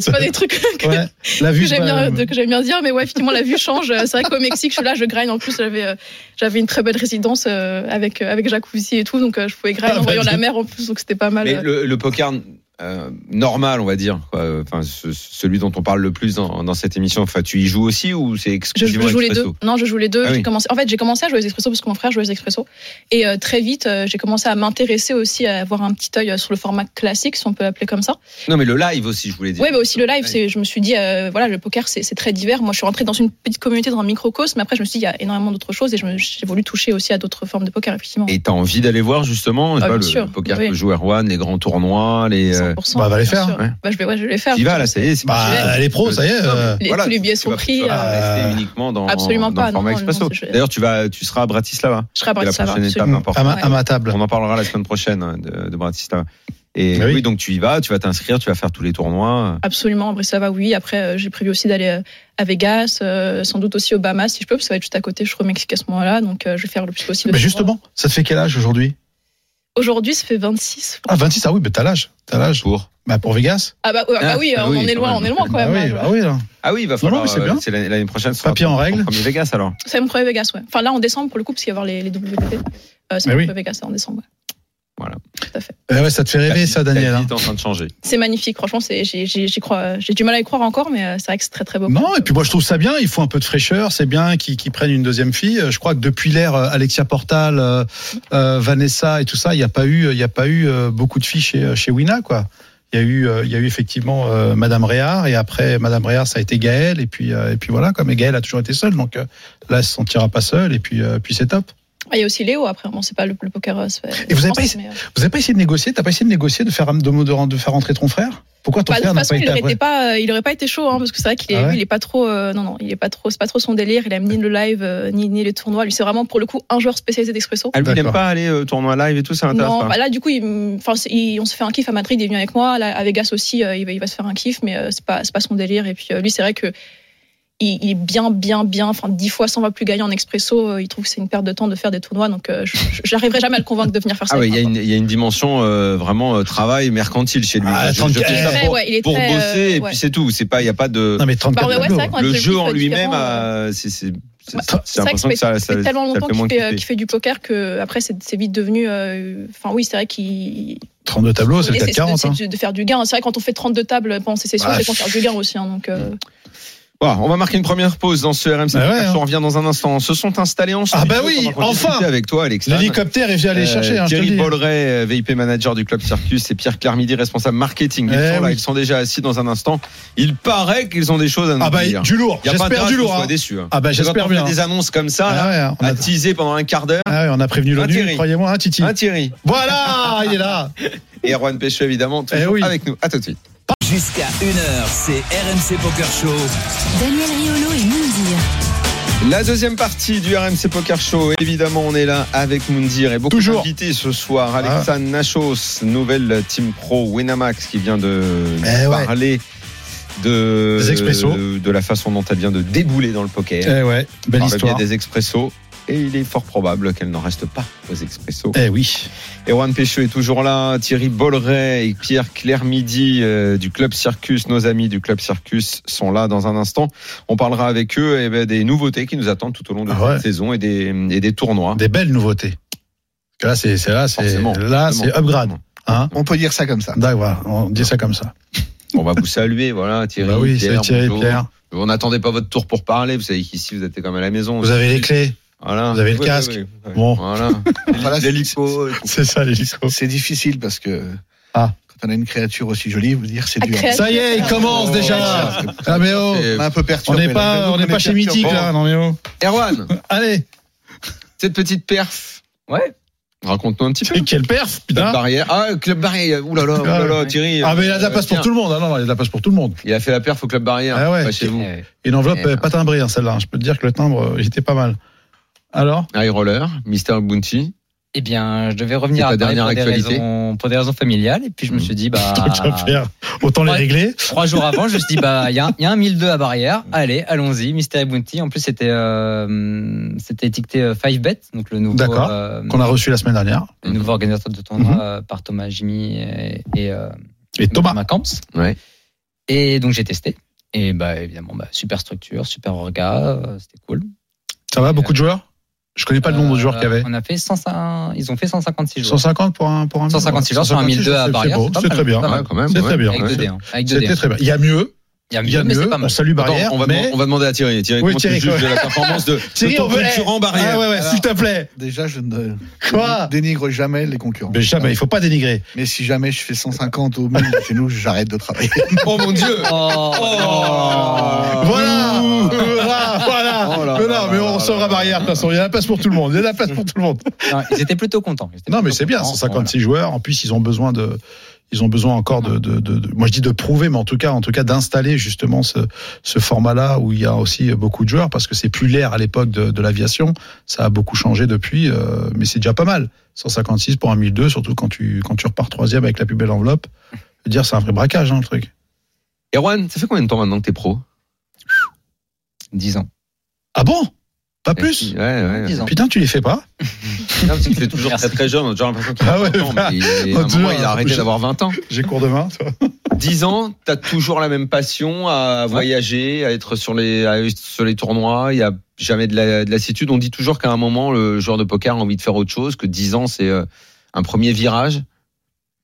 S3: c'est pas des trucs que,
S2: Ouais, la
S3: que
S2: vue.
S3: j'aime
S2: c'est pas-
S3: bien, euh, de- que j'aime bien dire, mais ouais, effectivement, la vue change. C'est vrai qu'au Mexique, je suis là, je grind. En plus, j'avais, euh, j'avais une très belle résidence euh, avec, euh, avec jacuzzi et tout, donc euh, je pouvais grind
S2: Ah,
S3: en voyant
S2: vas-y.
S3: la mer en plus, donc c'était pas mal.
S1: Mais le, le poker euh, normal, on va dire, quoi. enfin ce- celui dont on parle le plus dans, dans cette émission, enfin tu y joues aussi ou c'est
S3: Je, je
S1: exclusivement
S3: joue les deux.
S1: expresso
S3: Non, je joue les deux.
S1: Ah
S3: J'ai
S1: oui.
S3: commencé. En fait, j'ai commencé à jouer aux expressos parce que mon frère jouait aux expressos. Et euh, très vite, euh, j'ai commencé à m'intéresser aussi à avoir un petit œil euh, sur le format classique, si on peut l'appeler comme ça.
S1: Non, mais le live aussi, je voulais dire.
S3: Ouais, bah aussi le live.
S1: Ouais.
S3: c'est Je me suis dit, euh, voilà, le poker, c'est c'est très divers. Moi, je suis rentrée dans une petite communauté, dans un microcosme. Mais après, je me suis dit, il y a énormément d'autres choses et je me- j'ai voulu toucher aussi à d'autres formes de poker, effectivement.
S1: Et t'as envie d'aller voir justement je sais
S3: Ah,
S1: pas,
S3: bien
S1: le,
S3: sûr,
S1: le poker
S3: oui.
S1: que joue Erwan, les grands tournois, les. euh,
S3: 100%,
S2: bah, va les
S3: bien
S2: faire,
S3: sûr.
S1: ouais.
S3: Bah, je vais, ouais, je vais les faire.
S1: tu y vas là, ça y est, c'est
S2: Bah, elle est pro, ça y est. euh,
S3: Les- tous les billets
S1: tu
S3: sont
S1: vas-
S3: pris,
S1: Tu vas pas
S2: euh,
S1: rester uniquement dans,
S3: absolument
S1: dans
S3: pas,
S1: le format
S3: non, non,
S1: expresso.
S3: non, c'est-
S1: D'ailleurs, tu vas, tu seras à Bratislava.
S3: Je serai
S1: C'est
S3: à
S1: la
S3: Bratislava.
S1: prochaine étape
S3: absolument.
S1: importante.
S2: à, ma, à ma
S1: On
S2: table.
S1: en parlera la semaine prochaine hein, de, de Bratislava. Et
S2: Ah oui.
S1: oui, donc tu y vas, tu vas t'inscrire, tu vas faire tous les tournois.
S3: Absolument, Bratislava, oui. Après, euh, j'ai prévu aussi d'aller euh, à Vegas, euh, sans doute aussi au Bahamas si je peux, parce que ça va être juste à côté. Je suis au Mexique à ce moment-là, donc euh, je vais faire le plus possible.
S2: Mais Bah, justement, ça te fait quel âge aujourd'hui
S3: Aujourd'hui, ça fait 26.
S2: Ah, 26, ah oui, mais t'as l'âge. T'as l'âge.
S1: Pour.
S2: Bah, pour Vegas
S3: Ah bah, ouais, bah oui,
S1: Ah
S3: on en
S1: oui,
S3: est
S1: quand
S3: loin,
S1: même.
S3: on est loin quand
S2: Bah
S3: même.
S2: oui, bah oui, là.
S1: Ah oui, il va
S2: non,
S1: falloir.
S2: mais c'est
S1: euh,
S2: bien.
S1: l'année l'année prochaine. ce sera
S2: Papier
S1: ton-
S2: en
S1: ton
S2: règle.
S1: Premier Vegas alors.
S3: C'est mon premier Vegas, ouais. Enfin là, en décembre, pour le coup, parce qu'il va y avoir les, les WPT. Euh, c'est
S2: Mais Bah
S3: mon
S2: oui.
S3: premier Vegas, là, en décembre. ouais.
S2: Eh ouais, ça te fait
S1: La
S2: rêver,
S1: vie-
S2: ça, Daniel.
S1: La vie
S2: hein.
S1: est en train de changer.
S3: C'est magnifique, franchement, c'est, j'ai, j'ai- j'y crois, euh, j'ai du mal à y croire encore, mais euh, c'est vrai que c'est très très beau.
S2: Non, et puis moi je trouve ça bien, il faut un peu de fraîcheur, c'est bien qu'ils qu'ils prennent une deuxième fille. Euh, Je crois que depuis l'ère euh, Alexia Portal, euh, euh, Vanessa et tout ça, il n'y a pas eu, il y a pas eu euh, beaucoup de filles chez, chez Wina, quoi. Il y a eu, euh, il y a eu effectivement euh, Madame Réard, et après Madame Réard, ça a été Gaëlle, et puis, euh, et puis voilà, comme et Gaëlle a toujours été seule, donc euh, là, elle se sentira pas seule, et puis, euh, puis c'est top.
S3: Ah, il y a aussi Léo, après, bon, c'est pas le, le poker. euh, c'est-
S2: Et vous avez pas
S3: mais,
S2: essayé-
S3: euh,
S2: Vous avez pas essayé de négocier T'as pas essayé de négocier de faire, de, de, de faire rentrer ton frère Pourquoi ton
S3: Bah, de
S2: frère
S3: toute
S2: n'a
S3: façon,
S2: pas
S3: il
S2: été
S3: aurait,
S2: après
S3: été pas, euh, il aurait pas été chaud, hein, parce que c'est vrai qu'il est,
S2: Ah ouais
S3: lui, il est pas trop, euh, non non, il est pas trop, c'est pas trop son délire. Il aime ni le live, euh, ni ni les tournois. Lui, c'est vraiment pour le coup un joueur spécialisé d'expresso.
S1: Ah, lui, il
S2: D'accord.
S1: n'aime pas aller euh, tournoi live et tout, ça l'intéresse
S3: Non,
S1: pas.
S3: bah là du coup, il- enfin, c'est- il- on se fait un kiff à Madrid. Il est venu avec moi. Là, à Vegas aussi, euh, il, va, il va se faire un kiff, mais euh, c'est pas, c'est pas son délire. Et puis euh, lui, c'est vrai que il, il est bien, bien, bien. Enfin, 10 fois 100 va plus gagner en expresso. euh, Il trouve que c'est une perte de temps de faire des tournois. Donc, euh, je- je- j'arriverai jamais à le convaincre de venir faire ça.
S1: Ah oui,
S3: avec
S1: il y, a
S3: moi.
S1: une- il y a une dimension euh, vraiment euh, travail mercantile chez lui.
S2: Ah,
S1: Je- je fais
S3: Il est
S1: ça
S3: très-
S1: pour,
S3: ouais, il est
S1: pour
S3: très, euh,
S1: bosser et
S3: ouais.
S1: puis c'est tout. C'est pas, il y a pas de
S2: Non, mais 34
S3: Bah ouais, ouais, c'est
S2: tableaux.
S3: vrai qu'on a
S1: le
S3: des
S1: jeu
S3: objectifs
S1: en lui-même.
S3: différents, euh.
S1: euh, C'est c'est- c'est-
S3: Bah,
S1: c'est
S3: C'est vrai que
S1: l'impression que ça,
S3: ça fait tellement
S1: ça
S3: longtemps
S1: fait moins
S3: qu'il fait, euh,
S1: kiffer.
S3: qu'il fait du poker que après c'est c'est vite devenu. euh, Enfin oui, c'est vrai qu'il.
S2: 32
S1: Oh,
S2: tableaux, c'est
S3: Et
S2: peut-être 40.
S3: c'est
S2: hein.
S3: de- de faire du gain. C'est vrai quand on fait 32 tables pendant ces sessions,
S2: Bah,
S3: c'est qu'on fait du gain aussi. hein, donc euh,
S1: Voilà, on va marquer une première pause dans ce RMC.
S2: Bah ouais,
S1: Flash.
S2: hein.
S1: On revient dans un instant. Se sont installés en
S2: Ah
S1: studio
S2: bah oui,
S1: pendant qu'on
S2: enfin.
S1: discutait Avec toi, Alex. Lannes.
S2: L'hélicoptère est venu aller
S1: Euh,
S2: chercher. hein, je te le
S1: Thierry
S2: dis.
S1: Bolleret, euh, VIP manager du club Circus, et Pierre Carmidi, responsable marketing. Ils
S2: Eh
S1: sont là,
S2: oui.
S1: ils sont déjà assis dans un instant. Il paraît qu'ils ont des choses à nous
S2: Ah bah
S1: dire.
S2: du lourd.
S1: Il y a pas
S2: J'espère
S1: intérêt
S2: du
S1: qu'on
S2: lourd.
S1: soit
S2: hein.
S1: déçu, hein.
S2: Ah bah
S1: Parce que quand
S2: j'espère
S1: on fait
S2: bien.
S1: des annonces comme ça, là,
S2: Ah ouais, on
S5: hein.
S1: à
S2: a-
S1: teaser pendant un quart d'heure.
S2: Ah ouais, on a prévenu
S1: Thierry.
S2: l'ONU, croyez-moi, hein, Titi.
S1: Hein, Thierry
S2: Voilà, il est là.
S1: Et Erwan Pécheux, évidemment, toujours
S2: Eh oui.
S1: avec nous. À tout de suite.
S6: Jusqu'à 1h, c'est RMC Poker Show.
S7: Daniel Riolo et Moundir.
S1: La deuxième partie du RMC Poker Show. Évidemment, on est là avec Moundir et beaucoup
S2: Toujours. Ah.
S1: d'invités ce soir. Alexandre Nachos, nouvelle team pro Winamax qui vient de nous
S2: Eh ouais.
S1: parler de,
S2: Des expressos.
S1: de, la façon dont elle vient de débouler dans le poker.
S2: Eh ouais, belle
S1: Par le biais
S2: histoire.
S1: des expressos. Et il est fort probable qu'elle n'en reste pas aux expressos.
S2: Eh oui.
S1: Erwan Pécheux est toujours là, Thierry Bolleret et Pierre Claire Midi euh, du Club Circus, nos amis du Club Circus sont là dans un instant. On parlera avec eux eh ben, des nouveautés qui nous attendent tout au long de
S2: Ah
S1: cette
S2: ouais.
S1: saison et des, et des tournois.
S2: Des belles nouveautés. Parce que Là, c'est c'est- là, c'est
S1: Forcément,
S2: là,
S1: forcément.
S2: c'est upgrade. Hein
S5: On peut dire ça comme ça.
S2: D'accord, voilà, on dit ça comme ça.
S1: On va vous saluer, voilà Thierry,
S2: Bah oui,
S1: Pierre,
S2: c'est Thierry
S1: bonjour.
S2: Pierre.
S1: On n'attendait pas votre tour pour parler, vous savez qu'ici vous êtes comme à la maison.
S2: Vous avez les clés.
S1: Voilà.
S2: vous avez le casque.
S1: oui.
S2: Bon.
S1: Voilà.
S5: Voilà, c'est-
S1: L'hélico.
S2: C'est ça, les discours.
S5: C'est difficile parce que
S2: Ah.
S5: quand on a une créature aussi jolie, vous dire c'est
S3: à
S5: dur.
S3: créer-
S2: Ça y est, il commence
S5: Oh.
S2: déjà. Ah, mais oh.
S1: Et-
S5: On est un peu
S2: On
S5: perturbé.
S2: n'est pas, on n'est pas chez Mythique, là. Non, mais oh.
S1: Erwan,
S2: Allez.
S1: cette petite perf.
S4: Ouais.
S1: Raconte-nous un petit peu.
S2: Et quelle perf,
S1: Club
S2: putain.
S1: barrière. Ah, club barrière. Oulala, là là,
S4: ouais.
S1: Thierry.
S2: Hein Ah, mais il a de la place
S1: Tiens.
S2: pour tout le monde. Ah non, il a de la place pour tout le monde.
S1: Il a fait la perf au club barrière.
S2: Ah ouais.
S1: pas chez vous.
S2: Une enveloppe
S1: Eh ben.
S2: euh, pas timbrée, hein, celle-là. Je peux te dire que le timbre, euh, il était pas mal. Alors
S1: High Roller, Mister Bounty.
S4: Eh bien, je devais revenir
S1: C'est ta
S4: à Paris
S1: dernière
S4: pour des,
S1: actualité
S4: raisons, pour des raisons familiales. Et puis, je me
S1: Mm.
S4: suis dit, bah,
S2: Tant qu'à faire, autant les
S4: Ouais.
S2: régler.
S4: trois jours avant, je me suis dit, bah, il y, a un- il y a un 1002 à barrière. Allez, allons-y. Mystery Bounty. En plus, c'était, euh, c'était étiqueté 5bet, donc le nouveau,
S2: D'accord.
S4: euh,
S2: Qu'on a reçu la semaine dernière.
S4: le nouveau organisateur de tournoi euh, par Thomas Jimmy et, et, euh,
S2: Et Thomas.
S4: Thomas Camps.
S1: Ouais.
S4: Et donc, j'ai testé. Et bah, évidemment, bah, super structure, super orga. euh, c'était cool.
S2: Ça va, beaucoup de joueurs Je connais pas le nombre de joueurs
S4: Euh,
S2: qu'il y avait.
S4: On a fait 105, ils ont fait 156 joueurs.
S2: 150 pour un pour un
S4: 156 Euh, joueurs sur un 1002 à
S2: c'est-
S4: barrière,
S2: C'est beau,
S4: c'est pas
S2: c'est
S4: mal,
S2: très bien.
S4: pas mal.
S1: quand même.
S2: C'est très bien.
S4: Avec
S1: Ouais.
S4: 2D. hein. Avec 2D.
S2: C'était très bien. Il y a mieux,
S4: Il y a
S2: il y a
S4: mieux, mais c'est
S2: mieux.
S4: pas mal.
S2: On salue
S1: Attends,
S2: barrière,
S1: on, va
S2: mais
S1: demander, on va demander à Thierry. Thierry,
S2: Oui,
S1: comment tu
S2: Thierry,
S1: juges de
S2: quoi.
S1: la performance de,
S2: Thierry,
S1: de
S2: on veut-
S1: concurrent barrière
S2: ah ouais ouais,
S5: Alors-
S2: s'il te plaît.
S5: Déjà, je ne
S2: Quoi
S5: dénigre jamais les concurrents. Ah
S2: Mais jamais, il faut pas dénigrer.
S5: Mais si jamais je fais 150 au mille chez nous, j'arrête de travailler.
S1: Oh mon Dieu
S4: Oh,
S1: Oh.
S2: Voilà, voilà, voilà.
S1: Oh là
S2: Mais non,
S1: là
S2: mais
S1: là
S2: on
S1: là
S2: recevra
S1: là
S2: barrière.
S1: là
S2: De toute façon, il y a la place pour tout le monde. Il y a la place pour tout le monde.
S4: Non, ils étaient plutôt contents. Ils étaient
S2: Non, mais
S4: plutôt
S2: c'est bien.
S4: contents.
S2: 156 joueurs. En plus, ils ont besoin de, ils ont besoin encore de, de, de- de- moi je dis de prouver, mais en tout cas, en tout cas, d'installer justement ce, ce format-là où il y a aussi beaucoup de joueurs parce que c'est plus l'ère à l'époque de, de l'aviation. Ça a beaucoup changé depuis, euh, mais c'est déjà pas mal. 156 pour un 1002, surtout quand tu, quand tu repars troisième avec la plus belle enveloppe. Je veux dire, c'est un vrai braquage, hein, le truc.
S1: Erwan, ça fait combien de temps maintenant que t'es pro
S4: Voilà. 10 ans.
S2: Ah bon? Pas plus?
S1: Ouais, ouais.
S4: 10 ans.
S2: Putain, tu les fais pas?
S1: Non, parce qu'il fait toujours
S4: Merci.
S1: très très jeune, on a toujours l'impression qu'il a
S2: Ah ouais,
S1: 20 ans, mais il, est- à un
S2: on
S1: moment,
S2: dirait-
S1: il a arrêté
S2: je-
S1: d'avoir 20 ans.
S2: J'ai cours demain, toi.
S1: 10 ans, t'as toujours la même passion à voyager, à être sur les, à être sur les tournois, il n'y a jamais de, la, de lassitude. On dit toujours qu'à un moment, le joueur de poker a envie de faire autre chose, que 10 ans, c'est euh, un premier virage.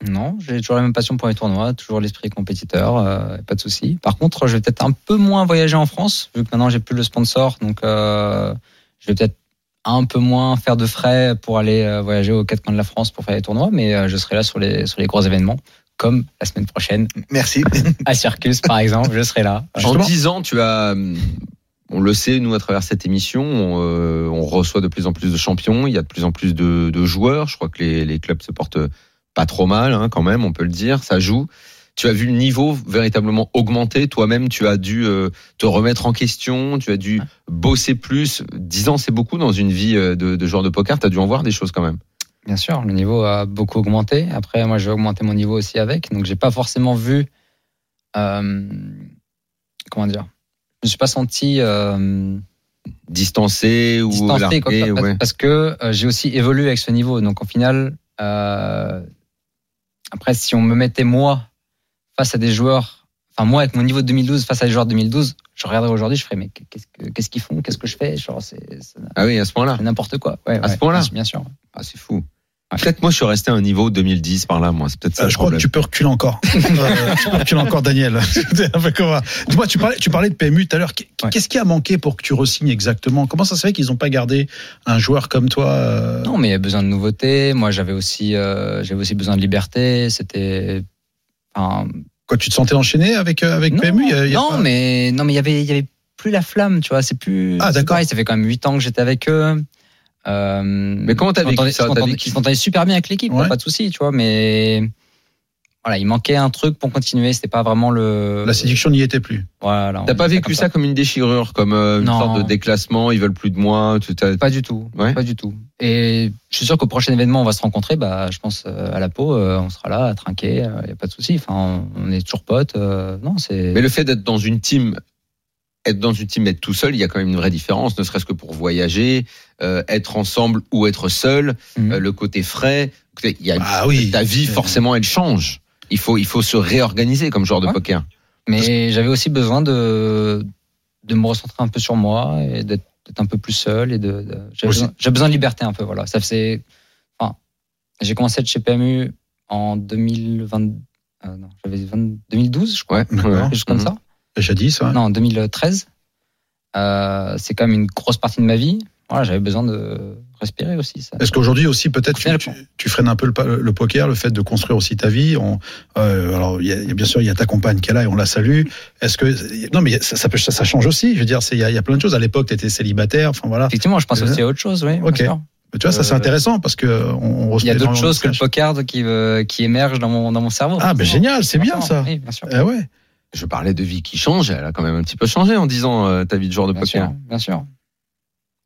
S4: Non, j'ai toujours la même passion pour les tournois, toujours l'esprit compétiteur, euh, pas de souci. Par contre, je vais peut-être un peu moins voyager en France, vu que maintenant j'ai plus le sponsor, donc euh, je vais peut-être un peu moins faire de frais pour aller euh, voyager aux quatre coins de la France pour faire les tournois, mais euh, je serai là sur les, sur les gros événements, comme la semaine prochaine
S5: Merci.
S4: à Circus, par exemple, je serai là.
S1: En
S2: Justement.
S1: 10 ans, tu as. hum, On le sait, nous, à travers cette émission, on, euh, on reçoit de plus en plus de champions, il y a de plus en plus de, de joueurs. Je crois que les, les clubs se portent pas trop mal, hein, quand même, on peut le dire, ça joue. Tu as vu le niveau véritablement augmenter. Toi-même, tu as dû euh, te remettre en question, tu as dû bosser plus. 10 ans, c'est beaucoup dans une vie euh, de, de joueur de poker. Tu as dû en voir des choses quand même.
S4: Bien sûr, le niveau a beaucoup augmenté. Après, moi, je vais augmenter mon niveau aussi avec. Donc, j'ai pas forcément vu. euh, comment dire me suis pas senti euh,
S1: Distancé ou
S4: distancé, quoi,
S1: largué,
S4: parce-
S1: ouais.
S4: parce que euh, j'ai aussi évolué avec ce niveau. Donc au final, euh, après, si on me mettait moi face à des joueurs, enfin moi avec mon niveau de 2012 face à des joueurs de 2012, je regarderais aujourd'hui, je ferais mais qu'est-ce que- qu'est-ce qu'ils font, qu'est-ce que je fais, genre c'est c'est
S1: Ah oui, à ce point-là.
S4: n'importe quoi. Ouais,
S1: À ce
S4: ouais,
S1: point-là
S4: bien sûr.
S1: Ah, c'est fou. Peut-être moi, je suis resté à un niveau 2010 par là, moi. C'est peut-être
S2: Euh,
S1: ça.
S2: je
S1: le
S2: crois que
S1: problème.
S2: tu peux reculer encore. Euh, tu peux reculer encore, Daniel. C'était un peu comme un- Dis-moi, tu parlais, tu parlais de PMU tout à l'heure. Qu'est-
S4: Ouais.
S2: Qu'est-ce qui a manqué pour que tu resignes exactement Comment ça se fait qu'ils n'ont pas gardé un joueur comme toi euh,
S4: Non, mais il y a besoin de nouveautés. Moi, j'avais aussi, euh, j'avais aussi besoin de liberté. C'était. Enfin,
S2: Quoi, tu te sentais enchaîné avec euh, avec
S4: non,
S2: PMU Il y a- il y a
S4: non,
S2: pas-
S4: mais non, mais il y avait, il y avait plus la flamme, tu vois. C'est plus.
S2: Ah,
S4: c'est
S2: d'accord.
S4: pareil, Ça fait quand même 8 ans que j'étais avec eux. Euh, mais
S1: comment t'as vécu ça T'as vécu-
S4: Ils s'entendaient super bien avec l'équipe,
S2: Ouais.
S4: pas de souci, tu vois. Mais voilà, il manquait un truc pour continuer. C'était pas vraiment le.
S2: La séduction n'y était plus.
S4: Voilà. on
S1: T'as pas
S4: dit
S1: vécu
S4: comme
S1: ça comme une déchirure, comme euh, une
S4: Non.
S1: sorte de déclassement, ils veulent plus de moi, tout à...
S4: Pas du tout.
S1: Ouais.
S4: Pas du tout. Et je suis sûr qu'au prochain événement, on va se rencontrer. Bah, je pense euh, à la peau, euh, on sera là à trinquer. Il n'y a pas de souci. Enfin, on, on est toujours potes. euh, non, c'est.
S1: Mais le fait d'être dans une team, être dans une team, être tout seul, il y a quand même une vraie différence, ne serait-ce que pour voyager, euh, être ensemble ou être seul,
S4: Mhm.
S1: euh, le côté frais. Écoutez, Il y a
S2: Ah oui.
S1: ta vie
S4: Euh.
S1: forcément, elle change. Il faut, il faut se réorganiser comme joueur de
S4: Ouais.
S1: poker.
S4: Mais j'avais aussi besoin de de me recentrer un peu sur moi et d'être d'être un peu plus seul et de, de- j'ai
S2: Aussi.
S4: besoin, j'ai besoin de liberté un peu. Voilà, ça faisait. Enfin, j'ai commencé à être chez PMU en 2020. euh, non, j'avais 20 2012, je crois.
S1: Ouais.
S2: D'accord.
S1: Ouais.
S4: Quelque chose comme ça.
S2: Jadis. ouais.
S4: Non, en 2013. Euh, c'est quand même une grosse partie de ma vie. Voilà, j'avais besoin de respirer aussi. Ça.
S2: Est-ce qu'aujourd'hui aussi, peut-être, tu,
S4: Complètement.
S2: tu- tu freines un peu le, pa- le poker, le fait de construire aussi ta vie on, euh, Alors, il y a- il y a- bien sûr, il y a ta compagne qui est là et on la salue. Est-ce que. Non, mais ça, ça, peut- ça- ça change aussi. Je veux dire, c'est- il y, a- il y a plein de choses. À l'époque, tu étais célibataire. Enfin, voilà.
S4: Effectivement, je pense aussi à autre chose. Oui, bien
S2: Euh, Ok.
S4: sûr.
S2: Mais tu vois, ça, c'est
S4: Euh,
S2: intéressant parce que on, on
S4: Il y
S2: reçoit
S4: a d'autres
S2: énormément de
S4: choses que le
S2: messages.
S4: poker qui, euh, qui émergent dans mon, dans mon cerveau.
S2: Ah, ben
S4: forcément.
S2: génial, c'est bien ça.
S4: Oui, bien sûr.
S2: Eh ouais.
S1: Je parlais de vie qui change, elle a quand même un petit peu changé en disant euh, ta vie de joueur de
S4: Bien
S1: poker.
S4: sûr, bien sûr.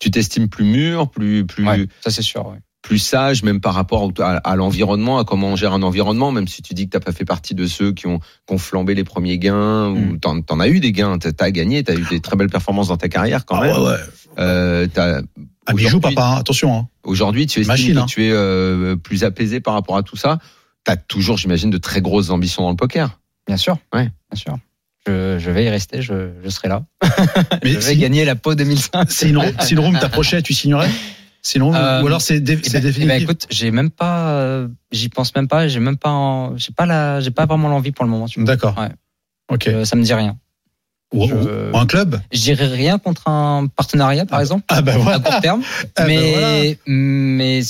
S1: Tu t'estimes plus mûr, plus, plus,
S4: Ouais, ça c'est sûr. ouais.
S1: plus sage, même par rapport au- à, à l'environnement, à comment on gère un environnement, même si tu dis que t'as pas fait partie de ceux qui ont, qui ont flambé les premiers gains, ou
S4: Mm.
S1: t'en, t'en as eu des gains, t'as, t'as gagné, t'as eu des très belles performances dans ta carrière quand
S2: Ah
S1: même.
S2: ouais, ouais.
S1: Euh, t'as-
S2: Ah, mais il joue,
S1: Aujourd'hui-
S2: papa, hein. attention. Hein.
S1: aujourd'hui, tu estimes
S2: Machine,
S1: que
S2: hein.
S1: tu es euh, plus apaisé par rapport à tout ça. T'as toujours, j'imagine, de très grosses ambitions dans le poker.
S4: Bien sûr.
S1: Ouais.
S4: Bien sûr. Je, je vais y rester. Je, je serai là.
S2: Mais
S4: Je vais
S2: si,
S4: gagner la peau 2005.
S2: si une, si une room t'approchait, tu signerais Si une room-
S4: Euh,
S2: Ou alors c'est dé-
S4: Eh
S2: c'est
S4: ben- eh ben,
S2: définitif.
S4: écoute, j'ai même pas. euh, J'y pense même pas. J'ai même pas. en- J'ai pas la. J'ai pas vraiment l'envie pour le moment. tu vois.
S2: D'accord.
S4: Ouais.
S2: Ok.
S4: Euh, ça me dit rien.
S2: Ou-
S4: je-
S2: ou- ou un club
S4: J'irai rien contre un partenariat, par exemple,
S2: Ah, ben
S4: à
S2: voilà.
S4: court terme.
S2: Ah, ben
S4: mais,
S2: voilà.
S4: mais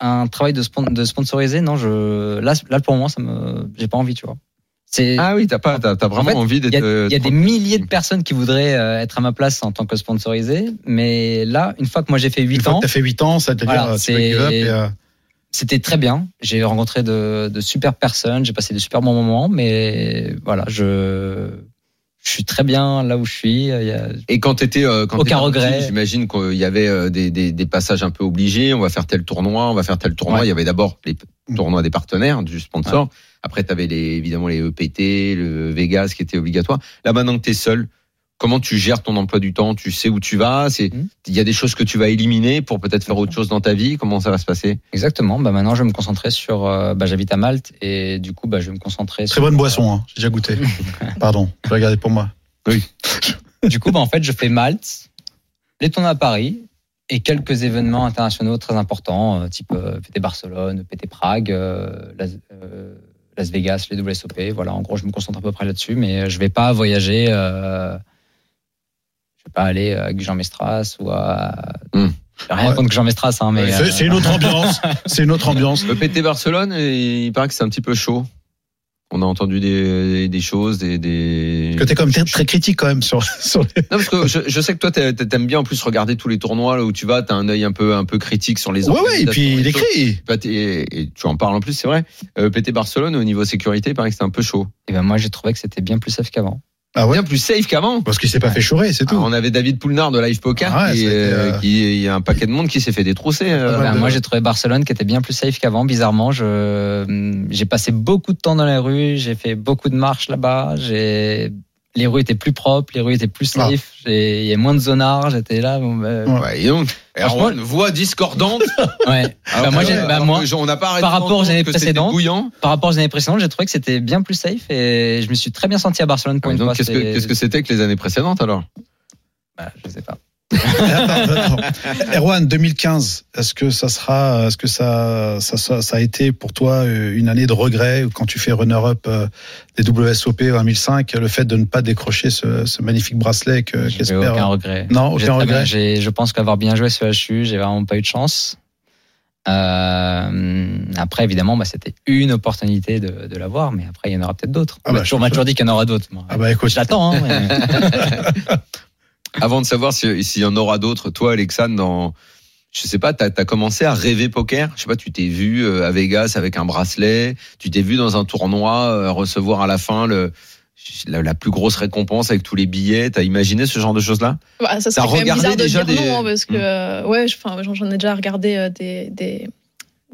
S4: un travail de, spon- de sponsorisé, non, je, là, là, pour moi, ça me, j'ai pas envie, tu vois. C'est,
S1: Ah oui, t'as pas, t'as, t'as vraiment
S4: fait,
S1: envie d'être.
S4: il y a,
S1: euh,
S4: il y a des
S1: tranquille.
S4: milliers de personnes qui voudraient euh, être à ma place en tant que sponsorisé, mais là, une fois que moi j'ai fait
S2: Une
S4: 8
S2: fois que
S4: ans,
S2: t'as fait 8 ans, ça te
S4: Voilà,
S2: dire, tu vas
S4: c'est-
S2: give up et, euh,
S4: c'était très bien. J'ai rencontré de, de super personnes, j'ai passé de super bons moments, mais voilà, je, je suis très bien là où je suis. Il y a-
S1: Et quand t'étais, euh, quand
S4: Aucun
S1: t'étais en
S4: regret.
S1: team, j'imagine qu'il y avait euh, des, des, des passages un peu obligés. On va faire tel tournoi, on va faire tel tournoi.
S4: Ouais.
S1: Il y avait d'abord les p-
S2: Mm.
S1: tournois des partenaires, du sponsor. Après, t'avais les, évidemment les EPT, le Vegas qui était obligatoire. Là, maintenant que t'es seul, comment tu gères ton emploi du temps Tu sais où tu vas C'est il
S4: Mhm.
S1: y a des choses que tu vas éliminer pour peut-être faire autre chose dans ta vie. Comment ça va se passer
S4: Exactement. Bah maintenant, je vais me concentrer sur. euh, bah, j'habite à Malte et du coup, bah, je vais me concentrer.
S2: Très
S4: sur,
S2: bonne boisson, hein. j'ai déjà goûté. Pardon, je vais regarder pour moi.
S4: euh, du coup, bah, en fait, je fais Malte, les tournois à Paris et quelques événements internationaux très importants, euh, type euh, PT Barcelone, PT Prague, euh, Las, euh, Las Vegas, les WSOP. Voilà. En gros, je me concentre à peu près là-dessus, mais euh, je vais pas voyager. euh, je vais pas aller euh, à Guy Jean Mestras ou à.
S1: Hmm.
S4: J'ai Rien
S2: Ouais.
S4: contre Jean Mestras, hein, mais.
S2: C'est
S4: euh,
S2: c'est une autre ambiance. C'est une autre ambiance.
S4: Mm.
S1: EPT E Barcelone, et il paraît que c'est un petit peu chaud. On a entendu des, des choses, des, des...
S2: Que t'es comme très, très critique quand même sur, sur les...
S1: Non, parce que je, je sais que toi, t'a- t'a- t'aimes bien en plus regarder tous les tournois là où tu vas, t'as un œil un peu, un peu critique sur les
S2: Ouais, ouais, et
S1: organisations
S2: puis il
S1: des choses.
S2: écrit.
S1: Bah, t'es- Et, tu en parles en plus, c'est vrai. Euh, PT Barcelone, au niveau sécurité, il paraît que c'était un peu chaud.
S4: eh ben, moi, j'ai trouvé que c'était bien plus safe qu'avant.
S2: Ah ouais
S1: Bien plus safe qu'avant.
S2: Parce qu'il s'est pas fait chourer, c'est
S1: Ah,
S2: tout.
S1: on avait David Poulnard de Live Poker,
S2: Ah ouais,
S1: qui,
S2: ça a été,
S1: euh,
S2: euh,
S1: qui- il y a un paquet de monde qui s'est fait détrousser. euh,
S2: mal
S4: Ben,
S2: de-
S4: moi, j'ai trouvé Barcelone qui était bien plus safe qu'avant. Bizarrement, je j'ai passé beaucoup de temps dans la rue, j'ai fait beaucoup de marches là-bas. J'ai les rues étaient plus propres, les rues étaient plus
S2: Ah.
S4: safe, j'ai- il y a moins de zonards, j'étais là. bon, bah,
S2: Ouais.
S1: Ouais, et donc,
S4: Franchement,
S1: Erwan, voix discordante.
S4: ouais.
S1: Alors
S4: moi,
S1: que-
S4: j'ai- bah,
S1: alors
S4: moi,
S1: que je- on n'a pas arrêté
S4: par
S1: de
S4: rapport aux
S1: entendre
S4: années
S1: que c'était
S4: précédentes,
S1: Bouillant.
S4: Par rapport aux années précédentes, j'ai trouvé que c'était bien plus safe et je me suis très bien senti à Barcelone pour
S1: Et
S4: une
S1: Ah, donc,
S4: fois.
S1: qu'est-ce que
S4: c'est-
S1: qu'est-ce que c'était que les années précédentes alors
S4: bah, Je sais pas.
S2: Attends, attends. Erwan, 2015, est-ce que ça sera, est-ce que ça, ça, ça, ça a été pour toi euh, une année de regret quand tu fais runner-up euh, des WSOP 2005, le fait de ne pas décrocher ce, ce magnifique bracelet que
S4: J'ai eu
S2: Euh, qu'espère hein.
S4: aucun regret.
S2: Non,
S4: J'ai
S2: aucun
S4: très bien-
S2: regret.
S4: j'ai- Je pense qu'avoir bien joué sur HU, j'ai vraiment pas eu de chance. Euh, après, évidemment, bah, c'était une opportunité de, de l'avoir, mais après, il y en aura peut-être d'autres.
S2: Ah
S4: on m'a
S2: bah,
S4: toujours,
S2: je-
S4: on m'a toujours dit qu'il y en aura d'autres. moi.
S2: Ah bah écoute,
S4: Je l'attends. hein, mais-
S1: Avant de savoir si- s'il y en aura d'autres, toi, Alexandre, dans je sais pas, t'as as commencé à rêver poker. Je sais pas, tu t'es vu euh, à Vegas avec un bracelet, tu t'es vu dans un tournoi euh, recevoir à la fin le la, la plus grosse récompense avec tous les billets. T'as imaginé ce genre de choses là
S3: Bah, ça
S1: T'as
S3: serait quand même
S1: regardé
S3: bizarre de
S1: déjà
S3: dire
S1: des-
S3: non, hein, parce que
S1: Hmm.
S3: euh, ouais, je- enfin, j'en j'en ai déjà regardé euh, des des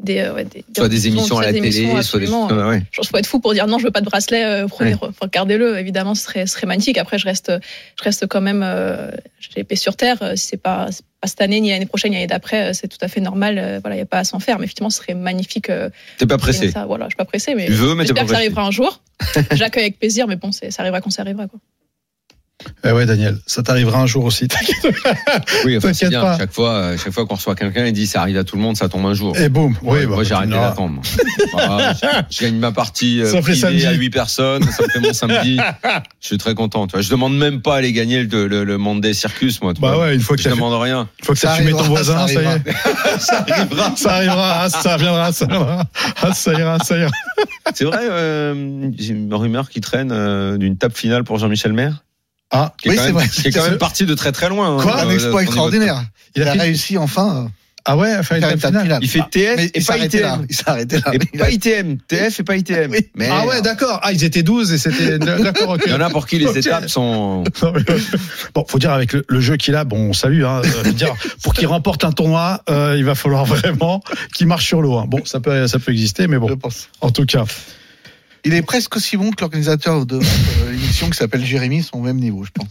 S3: des, euh, ouais, des-
S1: Soit des
S3: disons,
S1: émissions à la
S3: des
S1: télé,
S3: émissions,
S1: soit des
S3: absolument.
S1: Ouais, ouais.
S3: Genre, je pourrais être fou pour dire non, je veux pas de bracelet, euh, prenez-
S1: Ouais.
S3: enfin, gardez-le. Évidemment, ce serait, ce serait magnifique. Après, je reste, je reste quand même, euh, j'ai l'épée sur terre. Euh, Si c'est pas, c'est pas cette année, ni l'année prochaine, ni l'année d'après, euh, c'est tout à fait normal. Euh, Voilà, il y a pas à s'en faire. Mais effectivement, ce serait magnifique. euh,
S1: T'es pas
S3: ayant
S1: pressé.
S3: ça. Voilà, je suis pas pressée, mais
S1: Tu veux, mais t'es pas
S3: j'espère que ça
S1: pressé.
S3: arrivera un jour. J'accueille avec plaisir, mais bon, c'est- ça arrivera quand ça arrivera. Quoi.
S2: eh ouais Daniel, ça t'arrivera un jour aussi.
S1: Oui, enfin,
S2: T'inquiète
S1: c'est bien.
S2: pas.
S1: Chaque fois, euh, chaque fois qu'on reçoit quelqu'un, il dit ça arrive à tout le monde, ça tombe un jour.
S2: Et boum, oui,
S1: Ouais,
S2: bah,
S1: moi j'ai arrêté
S2: tu l'auras.
S1: d'attendre. moi. Bah, je, je gagne ma partie euh,
S2: Ça fait
S1: privée
S2: samedi.
S1: à 8 personnes, ça me fait mon samedi. Je suis très content. Tu vois. Je demande même pas à aller gagner le, le, le Monday Circus, moi. tu
S2: Bah
S1: vois.
S2: ouais, une fois que
S1: je
S2: t'as
S1: demande rien.
S2: Une fois que
S5: Ça
S2: t'as fumé ton
S5: arrivera,
S2: voisin,
S5: ça
S2: ça, y est. ça arrivera, ah, ça viendra, ça viendra. Ah, ça ira, ça ira.
S1: C'est vrai, euh, j'ai une rumeur qui traîne euh, d'une table finale pour Jean-Michel Maire.
S2: Ah,
S1: Qui est
S5: Oui,
S1: quand
S5: c'est
S1: même-
S5: vrai.
S1: Qui est quand même parti de très très loin. hein,
S5: Quoi,
S1: euh,
S5: un
S1: de-
S5: exploit
S1: au niveau de-
S5: extraordinaire.
S2: il
S5: Il a
S2: a fait-
S5: réussi enfin
S2: ah ouais, à faire
S5: à
S2: une
S5: faire une
S2: table
S5: table
S2: finale.
S5: finale.
S1: Il fait TF
S5: Mais
S1: et
S5: il s'est
S1: pas
S5: arrêté là.
S1: ITM.
S5: Il s'est arrêté là.
S1: Et pas ITM. TF et pas ITM.
S5: Oui.
S1: Mais
S2: Ah ouais, d'accord. Ah, ils étaient 12 et c'était. D'accord, ok.
S1: il y en a pour qui les
S2: Ok.
S1: étapes sont.
S2: Non, mais- euh, bon, faut dire avec le, le jeu qu'il a, bon, on salue. Hein, euh, je veux dire, pour qu'il remporte un tournoi, euh, il va falloir vraiment qu'il marche sur l'eau. hein. Bon, ça peut, ça peut exister, mais
S5: Je
S2: bon,
S5: pense.
S2: en tout cas,
S5: Il est presque aussi bon que l'organisateur de euh, l'émission qui s'appelle Jérémy, sont au même niveau, je pense.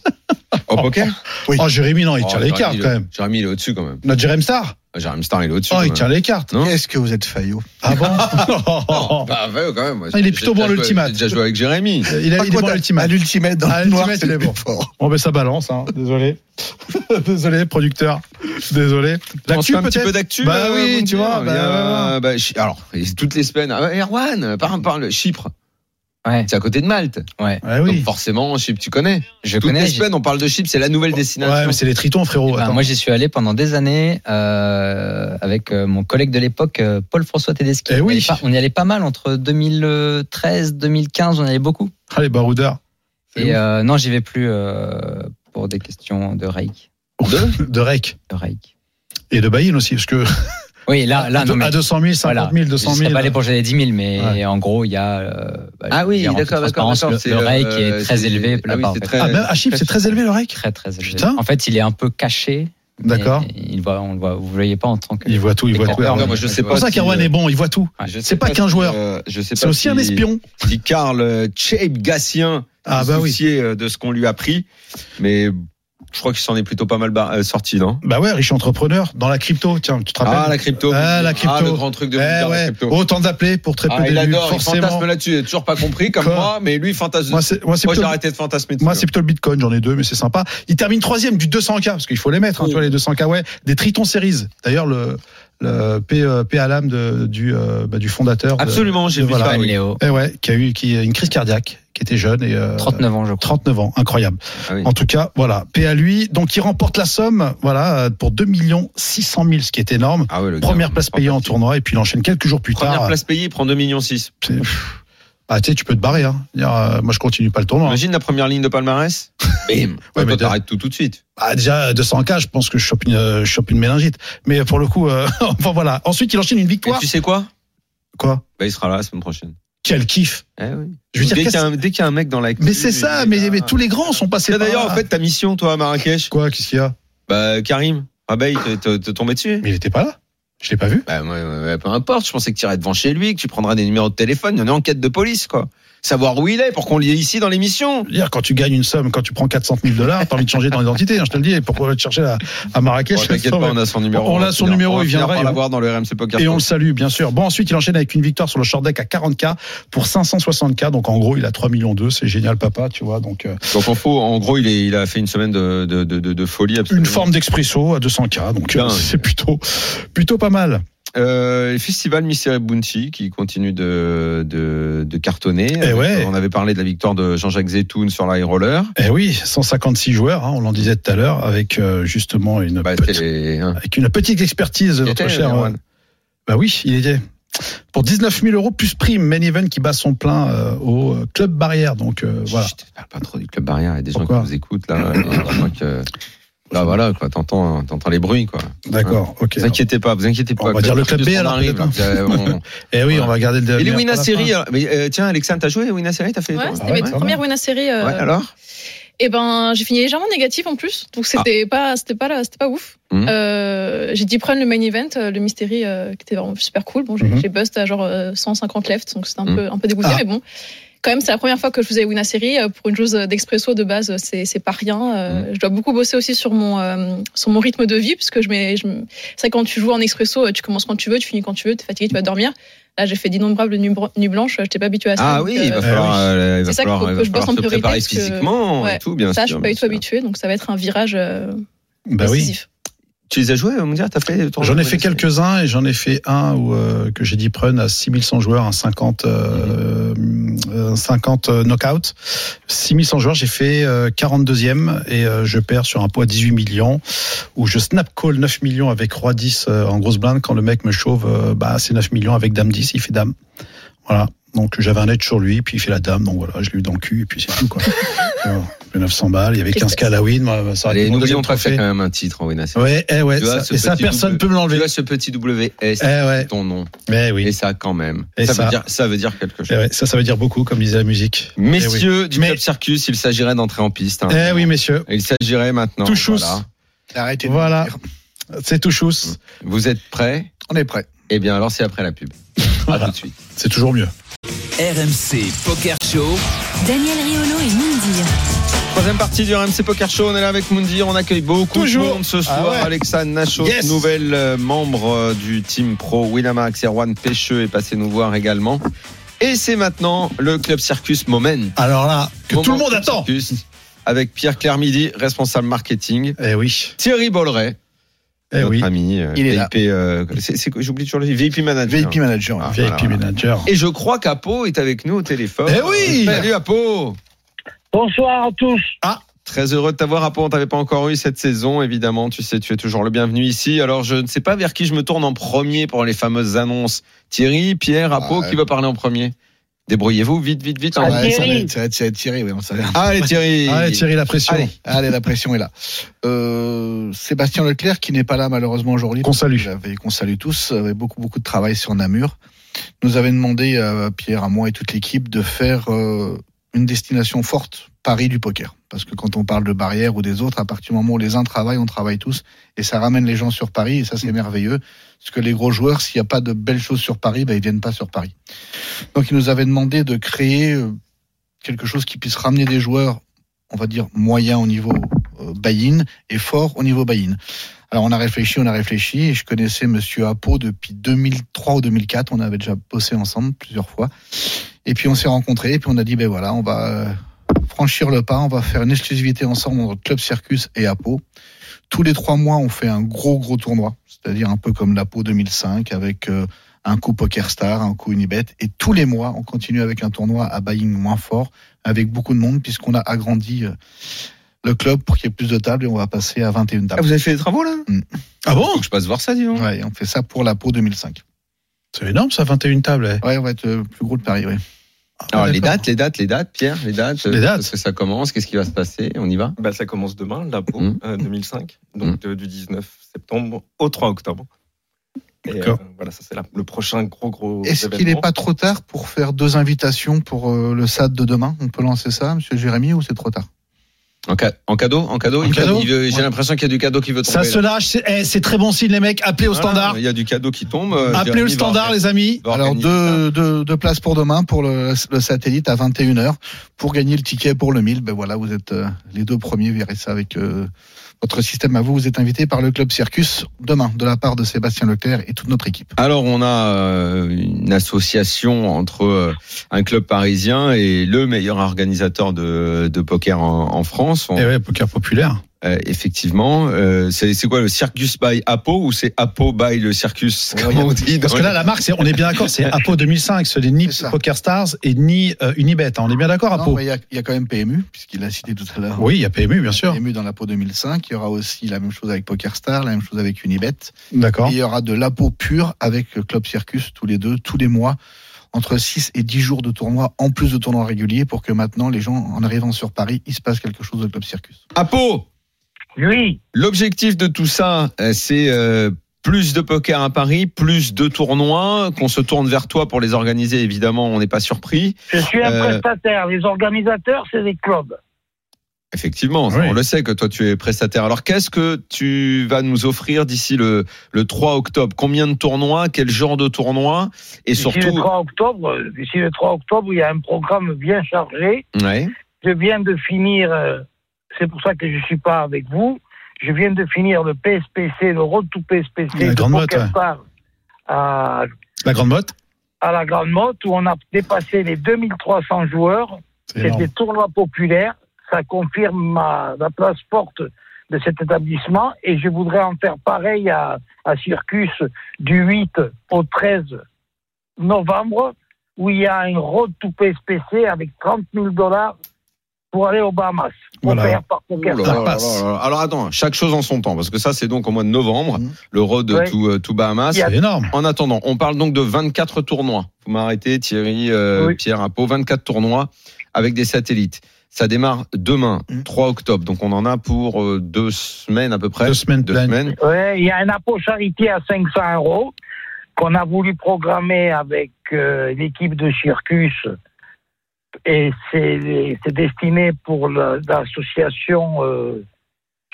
S1: Au poker
S2: oh Jérémy, non, il
S1: Oh,
S2: tient les
S1: Jérémy,
S2: cartes
S1: il-
S2: quand même.
S1: Jérémy, il est au-dessus quand même.
S2: Notre Jérémy Star,
S1: Jérémy Star, il est au-dessus.
S2: oh,
S1: quand
S2: il
S1: même.
S2: tient les cartes.
S1: Non.
S5: Qu'est-ce que vous êtes faillot
S2: Ah bon
S1: Non, bah, ouais, quand même. moi,
S2: Ah, Il est
S1: j'ai
S2: plutôt
S1: déjà
S2: bon à
S1: joué-
S2: l'ultimate.
S1: J'ai déjà joué avec Jérémy.
S2: Il, a, il est bon à l'ultimate.
S5: À l'ultimate, dans
S2: À
S5: le noir,
S2: l'ultimate,
S5: c'est
S2: il est
S5: le plus
S2: bon.
S5: fort.
S2: Bon, ben ça balance, hein. désolé. désolé, producteur. Désolé.
S1: On se
S2: L'actu,
S1: fait un petit
S2: peut-être
S1: peu d'actu.
S2: Bah
S1: euh,
S2: oui,
S1: vous
S2: tu
S1: dire.
S2: vois,
S1: Il y
S2: bah,
S1: a- bah, Chi- alors, et toutes les semaines. Ah, Erwan, parle, parle. Chypre,
S4: ouais,
S1: c'est à côté de Malte.
S4: ouais.
S2: Ouais,
S1: Donc
S2: Ah oui.
S1: forcément, Chypre, tu connais.
S4: Je
S1: toutes
S4: connais.
S1: les
S4: j'ai-
S1: semaines, on parle de Chypre, c'est la nouvelle
S2: Ouais,
S1: destination.
S2: mais c'est les tritons,
S1: Eh
S2: frérot.
S4: ben,
S2: attends.
S4: moi, j'y suis allé pendant des années euh, avec euh, mon collègue de l'époque, euh, Paul-François Tedeschi.
S2: Eh oui.
S4: On y allait pas- on y allait pas mal entre 2013, 2015, on y allait beaucoup.
S2: Ah, les baroudeurs. C'est
S4: Et euh, non, j'y vais plus euh, pour des questions de Reik.
S2: De, Rec.
S4: De Reik.
S2: Et de Bayin aussi, parce que
S4: Oui, là, là,
S2: à,
S4: non, mais.
S2: 200 000, 50 000, 200 000.
S4: Je serais pas allé pour gérer 10 000, mais
S2: Ouais.
S4: en gros, il y a. euh, bah,
S1: Ah
S4: je
S1: oui,
S4: veux dire, en toute
S1: d'accord, d'accord,
S4: transparence,
S1: d'accord,
S4: Le,
S1: c'est
S4: le
S1: le-
S4: REIC
S1: euh,
S4: est très
S1: c'est-
S4: élevé.
S1: ah oui,
S4: là-bas, en
S1: c'est
S4: fait.
S1: très-
S2: Ah, même à Chypre, c'est très élevé le REC
S4: Très, très élevé.
S2: Putain.
S4: En fait, il est un peu caché. mais
S2: D'accord.
S4: Il voit, on le voit, vous ne voyez pas en tant que.
S2: Il voit tout, il voit tout.
S1: Encore,
S2: Erwan.
S1: moi, je sais
S2: C'est
S1: pas
S2: pour ça
S1: si,
S2: qu'Erwan
S1: euh,
S2: est bon, il voit tout.
S1: Je sais
S2: C'est pas qu'un
S1: si,
S2: joueur.
S1: euh, je sais
S2: C'est
S1: pas
S2: aussi un
S1: si-
S2: espion.
S1: Si Karl euh, Chape Gassien
S2: Ah,
S1: est
S2: bah oui.
S1: soucié euh, de ce qu'on lui a pris, mais je crois qu'il s'en est plutôt pas mal bar- euh, sorti, non
S2: Bah ouais, riche entrepreneur dans la crypto, tiens, tu te rappelles
S1: Ah, la crypto.
S2: Ah, la crypto.
S1: Ah, le grand truc de
S2: Eh
S1: Bloomberg, la
S2: ouais,
S1: crypto.
S2: Autant d'appeler pour très peu
S1: Ah,
S2: de
S1: il
S2: vues,
S1: adore, il
S2: forcément.
S1: fantasme là-dessus. Il a toujours pas compris comme
S2: Quoi
S1: moi, mais lui, il fantasme.
S2: Moi,
S1: Moi,
S2: c'est moi, c'est
S1: j'ai
S2: plutôt,
S1: arrêté de fantasmer. dessus.
S2: moi, c'est plutôt le Bitcoin, j'en ai deux, mais c'est sympa. Il termine troisième du 200K, parce qu'il faut les mettre, hein, tu vois, les 200K, ouais. Des Triton Series. D'ailleurs, le, le P, euh, P. Alam de, du, euh, bah, du fondateur. de-
S1: Absolument, j'ai vu
S2: Voilà.
S1: ça.
S4: Johan
S1: Ah oui.
S4: Léo.
S2: Eh ouais, qui a eu qui a une crise cardiaque, qui était jeune et euh,
S4: 39 ans, je crois.
S2: 39 ans, incroyable.
S1: Ah oui.
S2: En tout cas, voilà, paix à lui. Donc il remporte la somme, voilà, euh, pour 2 600 000, ce qui est énorme.
S1: Ah ouais, le gars,
S2: Première place payée en
S1: fantastique.
S2: tournoi et puis il enchaîne quelques jours plus
S1: Première
S2: tard.
S1: place payée, il prend 2,6 millions. six.
S2: C'est- pff, Ah, tu sais, tu peux te barrer. Hein. Dire, euh, moi, je continue pas le tournoi. hein.
S1: Imagine la première ligne de palmarès. Bim.
S2: mais
S1: Ouais, toi,
S2: t'as-
S1: t'arrêtes tout tout de suite.
S2: Ah, déjà, 200K, je pense que je chope une, euh, je chope une mélangite. Mais pour le coup, euh, enfin voilà. Ensuite, il enchaîne une
S1: Et
S2: victoire.
S1: tu sais quoi
S2: Quoi
S1: bah, Il sera là la semaine prochaine.
S2: Quel kiff
S1: Eh oui.
S2: Je veux dire,
S1: dès
S2: qu'est-ce-
S1: qu'il y a un- dès qu'il y a un mec dans la.
S2: Mais c'est ça, mais, mais tous les grands sont passés
S1: ah. Tiens,
S2: par
S1: D'ailleurs,
S2: là.
S1: en fait, ta mission, toi, à Marrakech,
S2: Quoi, qu'est-ce qu'il y a
S1: bah, Karim, ah bah, il te- te te tombait dessus.
S2: Mais il était pas là. Je l'ai pas vu.
S1: Bah, ouais, ouais, ouais, peu importe, je pensais que tu irais devant chez lui, que tu prendras des numéros de téléphone, il y en a enquête de police, quoi. savoir où il est pour qu'on l'ait ici dans l'émission.
S2: Je veux Dire, quand tu gagnes une somme, quand tu prends 400 000 dollars, t'as envie de changer ton identité, hein, je te le dis. Et pourquoi te chercher à, à Marrakech
S1: Bon, T'inquiète pas, on a son numéro.
S2: On l'a,
S1: va
S2: son
S1: finir-
S2: numéro,
S1: on va
S2: il
S1: finir
S2: viendra
S1: par
S2: et on-
S1: l'avoir dans le RMC Poker.
S2: Et on
S1: Show.
S2: le salue, bien sûr. Bon, ensuite, il enchaîne avec une victoire sur le short deck à 40K pour 560K. Donc, en gros, il a 3 millions 2. C'est génial, papa, tu vois. Donc, euh,
S1: Donc en faux, en gros, il, est- il a fait une semaine de, de, de, de- de folie absolument.
S2: une forme d'expresso à 200K. Donc, euh,
S1: Dingue.
S2: c'est plutôt, plutôt pas mal.
S1: Euh, le festival Mystery Bounty qui continue de, de, de cartonner.
S2: Eh ouais.
S1: On avait parlé de la victoire de Jean-Jacques Zetoun sur l'High Roller.
S2: Eh oui, 156 joueurs, hein, on l'en disait tout à l'heure, avec euh, justement une,
S1: Bah,
S2: petite,
S1: c'était les- hein.
S2: avec une petite expertise de
S1: C'était,
S2: notre cher.
S1: Erwan.
S2: euh, Bah oui, il était. Pour 19 000 euros plus prime, Main Event qui bat son plein euh, au euh, Club Barrière. Donc, euh, voilà.
S1: Chut, parle pas trop du club barrière. Il y a des gens
S2: Pourquoi
S1: qui nous écoutent là. Il y a vraiment que- Là voilà quoi, t'entends, t'entends les bruits quoi.
S2: D'accord, ok.
S1: Vous inquiétez pas, vous inquiétez pas.
S2: On va dire le club B,
S1: Plus qu'on
S2: alors,
S1: arrive,
S2: peut-être, hein.
S1: euh, on-
S2: Eh oui,
S1: Voilà.
S2: on va regarder le
S1: Et les
S2: dernier
S1: Wina
S2: à la
S1: Série,
S2: fin.
S1: alors, mais, euh, tiens Alexandre, t'as joué aux Wina Série, t'as fait.
S3: Ouais,
S1: Ah ouais, Ah
S3: c'était mes
S2: ouais, quand
S3: premières Wina séries. euh,
S1: alors.
S3: Et ben, j'ai fini légèrement négatif en plus, donc c'était
S1: Ah.
S3: pas, c'était pas, là- c'était pas ouf.
S1: Mhm.
S3: Euh, j'ai dit prendre le main event, euh, le mystery euh, qui était vraiment super cool. Bon, j'ai
S2: Mhm.
S3: j'ai bust à genre euh, 150 left, donc c'était un
S1: Mhm.
S3: peu, un peu dégoûté,
S2: Ah.
S3: mais bon. Quand même, c'est la première fois que je faisais Wina série Euh, pour une chose d'expresso de base. C'est, c'est pas rien. Euh,
S1: Mmh.
S3: Je dois beaucoup bosser aussi sur mon, euh, sur mon rythme de vie, parce que je mets, je, m- c'est vrai que quand tu joues en expresso, euh, tu commences quand tu veux, tu finis quand tu veux, t'es fatigué,
S1: Mmh.
S3: tu vas dormir. Là, j'ai fait d'innombrables nuits bran- nuits blanches. Je t'ai pas habitué à ça.
S1: Ah
S3: donc,
S1: oui,
S3: euh,
S1: il va
S2: euh,
S1: falloir,
S2: oui.
S1: euh, il va
S3: C'est ça qu'il
S1: falloir,
S3: faut
S1: il
S3: que
S1: va
S3: je bosse
S1: falloir
S3: en
S1: se
S3: priorité,
S1: préparer
S3: parce que-
S1: physiquement et
S3: Ouais.
S1: tout, bien
S3: ça, je
S1: sûr.
S3: suis pas
S1: bien
S3: du tout
S1: sûr.
S3: habituée, donc ça va être un virage euh,
S2: Bah oui.
S3: décisif.
S1: Tu les as joués au Mondial T'as fait ton
S2: J'en ai
S1: jeu
S2: fait
S1: de Wina Série
S2: quelques-uns et j'en ai fait un où, euh, que j'ai dit prun à 6100 joueurs, un 50, euh, euh, 50 euh, knockout. 6100 joueurs, j'ai fait euh, 42e et euh, je perds sur un poids 18 millions où je snap call 9 millions avec Roi 10 euh, en grosse blinde quand le mec me chauffe, euh, bah, c'est 9 millions avec Dame 10, il fait Dame. Voilà. Donc j'avais un edge sur lui, puis il fait la dame, donc voilà, je l'ai eu dans le cul, et puis c'est tout quoi. Voilà. Le 900 balles, il y avait 15K à la win, moi, ça aurait
S1: Allez,
S2: été mon deuxième
S1: n'oublions pas que c'est
S2: trophée.
S1: quand même un titre en Wina Série.
S2: Ouais, eh ouais,
S1: Tu vois,
S2: ça-
S1: ce
S2: et ça
S1: petit
S2: personne
S1: double-
S2: peut me l'enlever.
S1: Tu as ce petit WS,
S2: Eh ouais,
S1: ton nom.
S2: mais oui.
S1: Et ça, quand même.
S2: Et
S1: ça, Veut
S2: ça.
S1: dire, ça veut dire quelque
S2: Eh
S1: chose.
S2: ouais, ça, ça veut dire beaucoup, comme disait la musique.
S1: Messieurs du
S2: Eh Mais-
S1: Club Circus, il s'agirait d'entrer en piste. hein.
S2: Eh oui, messieurs.
S1: Il s'agirait maintenant.
S2: Tout chousse.
S1: voilà.
S5: Arrêtez. de
S2: Voilà.
S5: mentir.
S2: C'est tout chousse.
S1: Vous êtes prêts
S5: On est prêt.
S1: Eh bien, alors c'est après la pub. À
S2: Voilà.
S1: tout de suite.
S2: C'est toujours mieux.
S6: RMC Poker Show.
S7: Daniel Riolo et Moundir.
S1: Troisième partie du RMC Poker Show. On est là avec Mundi. On accueille beaucoup de
S2: Toujours.
S1: monde ce soir.
S2: Ah ouais.
S1: Alexandre Nacho,
S2: Yes.
S1: nouvel euh, membre euh, du team pro. Winamax, Erwan Pêcheux est passé nous voir également. Et c'est maintenant le Club Circus Moment.
S2: Alors là, que
S1: Moment
S2: tout le monde
S1: Club
S2: attend.
S1: Circus, avec Pierre Clermidi, responsable marketing.
S2: Eh oui.
S1: Thierry Bolleret,
S2: Eh
S1: notre
S2: oui.
S1: ami euh,
S5: Il est là.
S1: VIP. euh, c'est- c'est quoi J'oublie toujours le VIP manager.
S5: VIP manager. hein.
S1: Ah,
S2: VIP
S1: voilà.
S2: manager.
S1: Et je crois qu'Apo est avec nous au téléphone.
S2: Eh oui
S1: Salut Apo
S8: Bonsoir à tous.
S9: Ah.
S1: Très heureux de t'avoir, Apo. On t'avait pas encore eu cette saison, évidemment. Tu sais, tu es toujours le bienvenu ici. Alors, je ne sais pas vers qui je me tourne en premier pour les fameuses annonces. Thierry, Pierre, Apo,
S5: Ouais.
S1: qui va parler en premier Débrouillez-vous, vite, vite, vite.
S8: Ah,
S1: hein.
S5: Ouais,
S8: Thierry.
S5: ça va être- ça va être- ça va être Thierry, oui, on s'en va.
S1: Allez, Thierry.
S2: Allez, Thierry, la pression.
S1: Allez.
S5: Allez, la pression est là. Euh, Sébastien Leclerc, qui n'est pas là malheureusement aujourd'hui.
S2: Qu'on salue.
S5: Il avait- Qu'on salue tous, avait beaucoup, beaucoup de travail sur Namur. Nous avait demandé à Pierre, à moi et toute l'équipe de faire euh, une destination forte, Paris du poker. Parce que quand on parle de barrières ou des autres, à partir du moment où les uns travaillent, on travaille tous. Et ça ramène les gens sur Paris, et ça, c'est merveilleux. Parce que les gros joueurs, s'il n'y a pas de belles choses sur Paris, ben, ils viennent pas sur Paris. Donc, il nous avait demandé de créer euh, quelque chose qui puisse ramener des joueurs, on va dire, moyens au niveau euh, buy-in et fort au niveau buy-in. Alors, on a réfléchi, on a réfléchi, et je connaissais Monsieur Apo depuis 2003 ou 2004. On avait déjà bossé ensemble plusieurs fois. Et puis, on s'est rencontrés, et puis on a dit, ben voilà, on va euh, franchir le pas, on va faire une exclusivité ensemble entre Club Circus et Apo. Tous les trois mois, on fait un gros, gros tournoi, c'est-à-dire un peu comme l'Apo 2005, avec euh, un coup Poker Star, un coup Unibet. Et tous les mois, on continue avec un tournoi à buying moins fort, avec beaucoup de monde, puisqu'on a agrandi euh, le club pour qu'il y ait plus de tables, et on va passer à 21
S1: Ah,
S5: tables.
S1: vous avez fait des travaux, là
S2: Ah bon
S1: Faut que je passe voir ça, dis donc.
S5: Ouais, on fait ça pour la peau 2005.
S2: C'est énorme, ça, 21 tables. eh. Ah,
S5: Ouais, on va être le plus gros de Paris, oui.
S1: Alors, les
S2: d'accord.
S1: dates, les dates, les dates, Pierre, les dates.
S2: Les
S1: euh,
S2: dates.
S1: Parce que ça commence, qu'est-ce qui va se passer On y va
S9: Bah, ça commence demain, la peau,
S1: Mhm.
S9: euh, 2005,
S1: Mhm.
S9: donc de- du 19 septembre au 3 octobre. Et,
S2: D'accord.
S9: euh, voilà, ça c'est la- le prochain gros gros.
S5: Est-ce qu'il n'est
S9: événement.
S5: pas trop tard pour faire deux invitations pour euh, le SAD de demain On peut lancer ça, monsieur Jérémy, ou c'est trop tard
S1: En, ca- en cadeau, en cadeau,
S2: En
S1: il-
S2: cadeau
S1: il veut- j'ai
S2: Ouais.
S1: l'impression qu'il y a du cadeau qui veut tomber.
S2: Ça se
S1: là.
S2: lâche, c'est eh, c'est très bon signe les mecs, appelez au
S1: Voilà,
S2: standard.
S1: Il y a du cadeau qui tombe. euh,
S2: Appelez
S1: Jérémy
S2: au
S1: va
S2: standard
S1: organiser-
S2: les amis.
S1: va
S5: Alors
S1: organiser ça.
S5: deux, deux, deux places pour demain pour le, le satellite à 21h pour gagner le ticket pour le 1000. Ben voilà, vous êtes euh, les deux premiers, verrez ça avec euh, votre système à vous. Vous êtes invités par le club Circus demain de la part de Sébastien Leclerc et toute notre équipe.
S1: Alors on a euh, une association entre euh, un club parisien et le meilleur organisateur de, de poker en, en France. On-
S2: Et Eh ouais, poker populaire.
S1: euh, effectivement, euh, c'est c'est quoi le Circus by Apo ou c'est Apo by le Circus
S5: Ouais,
S1: comme
S5: y a-
S1: on dit dans
S2: Parce que là, la marque, c'est- on est bien d'accord, c'est Apo 2005, ce n'est ni
S5: C'est ça.
S2: Poker Stars et ni euh, Unibet. hein. On est bien d'accord,
S5: Non,
S2: Apo
S5: mais Il y, a- il y a quand même PMU, puisqu'il l'a cité tout à l'heure.
S2: Oui, il y a PMU, bien sûr.
S5: PMU dans la peau 2005. Il y aura aussi la même chose avec PokerStar, la même chose avec Unibet.
S2: D'accord.
S5: Et il y aura de l'apo pur avec le Club Circus tous les deux, tous les mois, entre 6 et 10 jours de tournoi, en plus de tournois réguliers, pour que maintenant, les gens, en arrivant sur Paris, il se passe quelque chose au Club Circus.
S1: Apo,
S8: Oui,
S1: L'objectif de tout ça, euh, c'est euh, plus de poker à Paris, plus de tournois, qu'on se tourne vers toi pour les organiser, évidemment, on n'est pas surpris.
S8: je suis un
S1: Euh,
S8: prestataire. Les organisateurs, c'est des clubs.
S1: Effectivement,
S2: Oui.
S1: on le sait que toi tu es prestataire. Alors qu'est-ce que tu vas nous offrir d'ici le, le 3 octobre Combien de tournois Quel genre de tournois Et
S8: D'ici le
S1: surtout,
S8: 3 octobre, euh, d'ici le 3 octobre, il y a un programme bien chargé.
S1: ouais,
S8: Je viens de finir, euh, c'est pour ça que je suis pas avec vous, je viens de finir le PSPC, le Road to PSPC,
S2: La
S8: de
S2: Grande Motte,
S8: PokerStars à,
S2: La grande motte.
S8: à la Grande Motte, où on a dépassé les 2300 joueurs.
S2: C'est
S8: C'est
S2: énorme.
S8: des tournois populaires. Ça confirme ma- la place forte de cet établissement. Et je voudrais en faire pareil à, à Circus du 8 au 13 novembre, où il y a un road to PSPC avec 30 000 dollars pour aller aux Bahamas.
S2: Voilà.
S8: Offert par Poker
S1: Ouh Oh là
S8: Stars.
S1: là là
S2: passe.
S1: là là. Alors attends, chaque chose en son temps, parce que ça c'est donc au mois de novembre,
S5: Mhm.
S1: le road
S8: Ouais.
S1: to, euh, to Bahamas.
S8: Il y a-
S2: C'est énorme.
S1: En attendant, on parle donc de 24 tournois. Vous m'arrêtez, Thierry, euh,
S8: Oui.
S1: Pierre Impôt, 24 tournois avec des satellites. Ça démarre demain,
S5: Mm.
S1: 3 octobre. Donc on en a pour euh, deux semaines à peu près.
S2: Deux semaines
S1: Deux
S2: pleines.
S1: semaines.
S8: Ouais, il y a un appôt charité à 500 euros qu'on a voulu programmer avec euh, l'équipe de Circus. Et c'est c'est destiné pour le- l'association euh,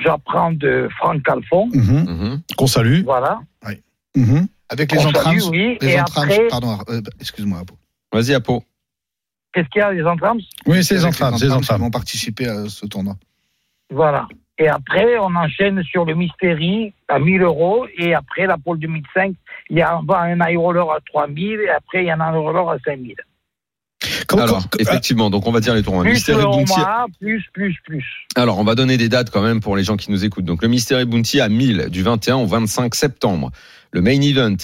S8: J'apprends de Franck Alphon.
S2: Mhm.
S1: Mhm.
S2: Qu'on salue.
S8: Voilà.
S2: Mhm.
S5: Avec les
S8: On
S5: entrames.
S8: salue, oui.
S5: Les
S8: Et
S5: entrames,
S8: après-
S5: pardon, euh, bah, excuse-moi. Apo.
S1: Vas-y, Apo.
S8: Qu'est-ce qu'il y a, les entrames
S2: Oui, c'est les
S5: Avec
S2: entrames, c'est les
S5: qui
S2: entrames.
S5: vont participer à ce tournoi.
S8: Voilà. Et après, on enchaîne sur le Mystérie à 1000 euros. Et après, la pôle 2005, il y a on va à un aérolore à 3000. Et après, il y a un aérolore à 5000.
S2: Comment-
S1: Alors,
S2: comment-
S1: effectivement, donc on va dire les tournois.
S8: Plus
S1: Mystery
S8: le
S1: Bounty-
S8: Omaha, plus, plus, plus.
S1: Alors, on va donner des dates quand même pour les gens qui nous écoutent. Donc, le Mystery Bounty à 1000 du 21 au 25 septembre. Le Main Event,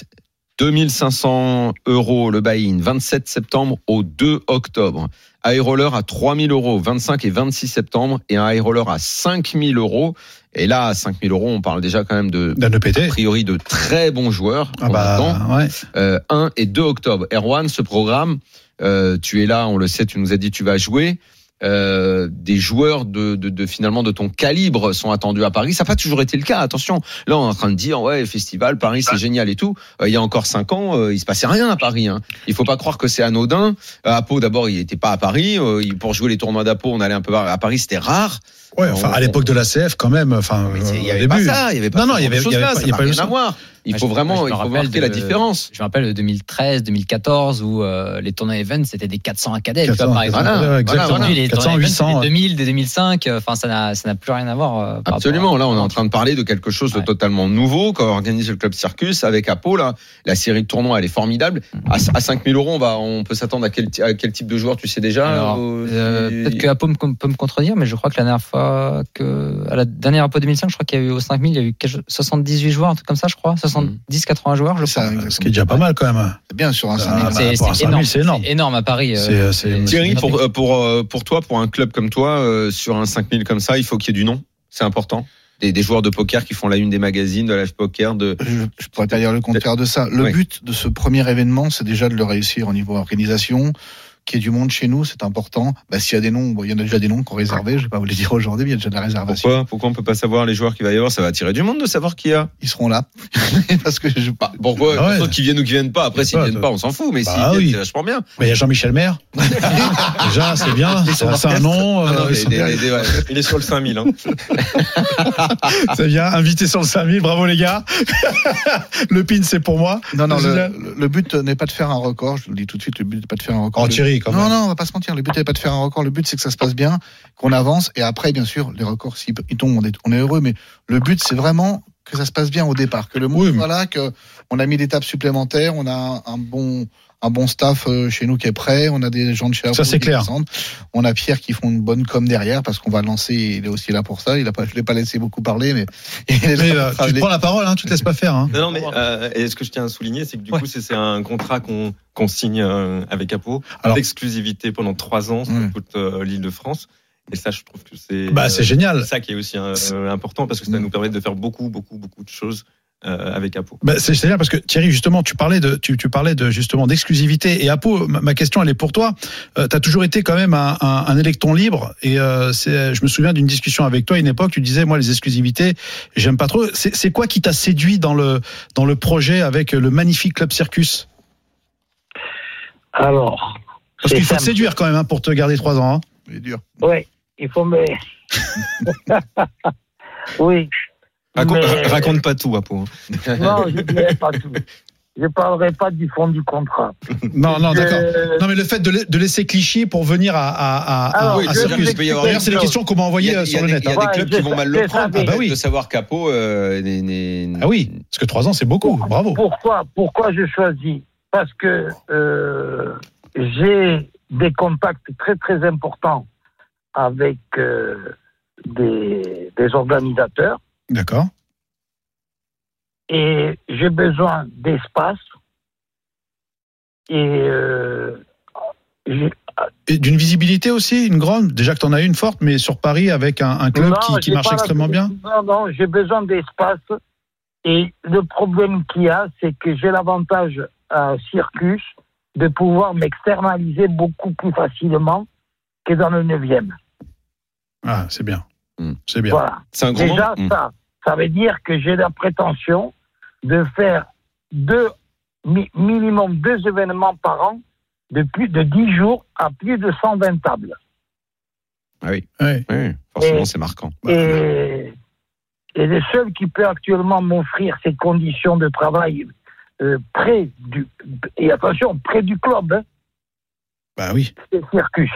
S1: 2500 euros le buy-in, 27 septembre au 2 octobre. Aéroller à 3000 euros, 25 et 26 septembre. Et un Aéroller à 5000 euros. Et là, à 5000 euros, on parle déjà quand même de,
S2: D'un
S1: a
S2: EPT.
S1: priori, de très bons joueurs.
S2: E Ah
S1: qu'on attend
S2: bah ouais.
S1: euh, 1 et 2 octobre. Erwan, ce programme, euh, tu es là, on le sait, tu nous as dit tu vas jouer. Euh, des joueurs de, de, de- finalement de ton calibre sont attendus à Paris. Ça n'a pas toujours été le cas. Attention, là on est en train de dire ouais festival Paris
S2: Ah.
S1: c'est génial et tout. Euh, il y a encore cinq ans, euh, il se passait rien à Paris. Hein. Il faut pas croire que c'est anodin. Euh, Apo d'abord il n'était pas à Paris. Euh, il- pour jouer les tournois d'Apo on allait un peu à Paris c'était rare.
S2: Ouais, enfin,
S1: On-
S2: à l'époque de la CF quand même. Enfin,
S1: Mais c'est- il y
S2: Euh, au
S1: avait pas
S2: début.
S1: ça. Il y avait pas
S2: Non, non, il y
S1: ce
S2: avait-
S1: genre de
S2: il y
S1: choses-là,
S2: avait pas-
S1: ça
S2: il y a
S1: n'a
S2: pas eu
S1: rien
S2: ça.
S1: à voir. Il
S4: Ah,
S1: faut
S4: je- je
S1: vraiment
S4: me
S1: il faut
S4: rappelle
S1: marquer la
S4: de-
S1: différence.
S4: Je me rappelle de 2013, 2014 où euh, les tournois events c'était des 400 acadèmes, tu vois,
S2: 400,
S4: par exemple.
S1: Voilà,
S2: ouais,
S1: voilà,
S2: exactement.
S4: Aujourd'hui, les
S2: 400,
S4: tournois events, c'est
S2: 800.
S4: des 2000, des 2005, euh, enfin ça n'a ça n'a plus rien à voir. euh, par rapport à-
S1: Absolument. Là, on est en train de parler de quelque chose de
S4: Ouais.
S1: totalement nouveau qu'a organisé le club Circus avec Apo. Là, la série de tournois, elle est formidable. À, à 5000 euros, on va, on peut s'attendre à quel, ti- à quel type de joueur tu sais déjà.
S4: Alors,
S1: euh,
S4: euh,
S1: tu-
S4: Peut-être que Apo me- peut me contredire, mais je crois que la dernière fois que à la dernière Apo 2005, je crois qu'il y a eu au 5000, il y a eu quelque- 78 joueurs, un truc comme ça, je crois, 70, 80 joueurs, je
S5: C'est ça,
S4: crois.
S5: exactement.
S2: euh, Ce qui est déjà pas mal Ah, quand même. hein.
S5: Bien sûr, hein, un
S2: Ça,
S10: ah,
S5: samedi.
S10: bah,
S2: par rapport à 5000, c'est énorme.
S4: C'est énorme à Paris. euh,
S2: C'est- c'est-
S4: c'est-
S1: Thierry, pour, euh, pour, euh, pour toi, pour un club comme toi, euh, sur un 5000 comme ça, il faut qu'il y ait du nom. C'est important. Des, des joueurs de poker qui font la une des magazines, de la poker, de.
S5: je, je pourrais pas dire le contraire de ça. Le
S1: Oui.
S5: but de ce premier événement, c'est déjà de le réussir au niveau organisation, qu'il y ait du monde chez nous, c'est important. Bah, S'il y a des noms, bon, il y en a déjà des noms qu'on réservait, je ne vais pas vous les dire aujourd'hui, mais il y a déjà de la réservation.
S1: Pourquoi Pourquoi on peut pas savoir les joueurs qu'il va y avoir Ça va attirer du monde de savoir qui y a.
S5: Ils seront là. Parce que je pas.
S1: Pourquoi
S2: Ah ouais.
S1: Surtout Qu'ils viennent ou qu'ils viennent pas. Après, s'ils
S2: Ouais,
S1: viennent
S2: toi.
S1: pas, on s'en fout. Mais
S2: Bah
S1: s'ils viennent,
S2: oui.
S1: c'est vachement bien.
S2: Mais il y a Jean-Michel Maire. Déjà, c'est bien.
S5: Ils
S2: C'est
S5: sont
S2: un nom.
S1: Ah Non, non,
S2: euh,
S1: mais
S2: ils sont
S1: des-
S2: bien.
S1: des- des- ouais.
S9: Il est sur le 5000. Hein.
S2: Ça vient, invité sur le 5000, bravo les gars. le pin, c'est pour moi.
S5: Non, non,
S2: Génial.
S5: le, le but n'est pas de faire un record. Je vous le dis tout de suite, le but n'est pas de faire un record.
S2: En
S5: Le-
S2: Thierry, quand
S5: non,
S2: même.
S5: non, on va pas se mentir. Le but n'est pas de faire un record. Le but, c'est que ça se passe bien, qu'on avance. Et après, bien sûr, les records, s'ils ils tombent, on est, on est heureux. Mais le but, c'est vraiment que ça se passe bien au départ. Que le monde,
S2: Oui, mais-
S5: voilà, que on a mis des tables supplémentaires, on a un bon, un bon staff euh, chez nous qui est prêt, on a des gens de chez Apple
S2: c'est
S5: qui
S2: clair.
S5: descendent. On a Pierre qui font une bonne com derrière parce qu'on va lancer. Il est aussi là pour ça. Il a pas, je l'ai pas laissé beaucoup parler, mais il est là
S2: Mais,
S5: pour
S2: euh, tu te
S5: parler.
S2: prends la parole, hein, tu te laisses pas faire. Hein.
S9: Non, non, mais euh, et ce que je tiens à souligner, c'est que du
S5: Ouais.
S9: coup, c'est c'est un contrat qu'on qu'on signe euh, avec Apo,
S2: Alors-
S9: d'exclusivité pendant trois ans sur
S5: Ouais.
S9: toute euh, l'île de France. Et ça, je trouve que c'est
S2: Bah, c'est génial.
S9: c'est ça qui est aussi euh, important parce que ça
S5: Mm.
S9: nous permet de faire beaucoup, beaucoup, beaucoup de choses euh, avec Apo.
S2: Bah, c'est c'est bien parce que Thierry, justement, tu parlais de, tu, tu parlais de justement d'exclusivité. Et Apo, ma, ma question, elle est pour toi. Euh, T'as toujours été quand même un, un, un électron libre. Et euh, c'est- je me souviens d'une discussion avec toi à une époque. Tu disais, moi, les exclusivités, j'aime pas trop. C'est c'est quoi qui t'a séduit dans le dans le projet avec le magnifique club Circus
S8: Alors.
S2: Parce
S8: c'est
S2: qu'il faut te
S8: simple.
S2: séduire quand même hein, pour te garder trois ans. hein.
S5: Il est dur.
S8: Oui, il faut me. oui.
S9: Raconte,
S8: Mais-
S2: euh,
S9: ra- raconte pas tout, Apo.
S8: Non, je ne dirai pas tout. Je ne parlerai pas du fond du contrat.
S2: Non, non, d'accord.
S1: Euh,
S8: Je-
S2: Non, ah, mais le fait de, la- de laisser Clichy pour venir à, à, à,
S8: Alors,
S2: à-
S1: Ah oui,
S2: à
S1: je-
S2: Circus.
S1: il peut y avoir-
S2: D'ailleurs, c'est la question qu'on m'a
S1: Il y
S2: envoyée
S1: a,
S2: euh,
S1: il y a
S2: sur le
S1: des,
S2: net.
S1: il y a
S2: hein.
S1: des
S8: Ouais,
S1: clubs
S8: je-
S1: qui vont mal
S8: je
S1: le prendre.
S8: savais.
S1: Ah
S2: Ah bah oui.
S1: De savoir capot. euh, n'est- n'est-
S2: Ah oui, parce que trois ans, c'est beaucoup. Bravo.
S8: Pourquoi, pourquoi je choisis Parce que euh, j'ai des contacts très très importants avec euh, des, des organisateurs
S2: D'accord.
S8: et j'ai besoin d'espace et euh, j'ai-
S2: Et d'une visibilité aussi, une grande. Déjà que t'en as une forte, mais sur Paris avec un, un club
S8: Non,
S2: qui, qui
S8: j'ai
S2: marche
S8: pas la-
S2: extrêmement bien.
S8: Non, non, j'ai besoin d'espace. Et le problème qu'il y a, c'est que j'ai l'avantage à Circus de pouvoir m'externaliser beaucoup plus facilement que dans le 9e.
S2: Ah, c'est bien.
S1: Hmm.
S2: C'est bien.
S8: Voilà.
S1: C'est un gros
S8: Déjà,
S1: moment.
S8: ça, ça veut dire que j'ai la prétention de faire deux, mi- minimum deux événements par an de plus de 10 jours à plus de 120 tables.
S2: Ouais.
S1: Mm. Oui, forcément, c'est marquant.
S8: Et, et le seul qui peut actuellement m'offrir ces conditions de travail euh, près du et attention près du club, hein,
S2: Bah oui.
S8: c'est Circus.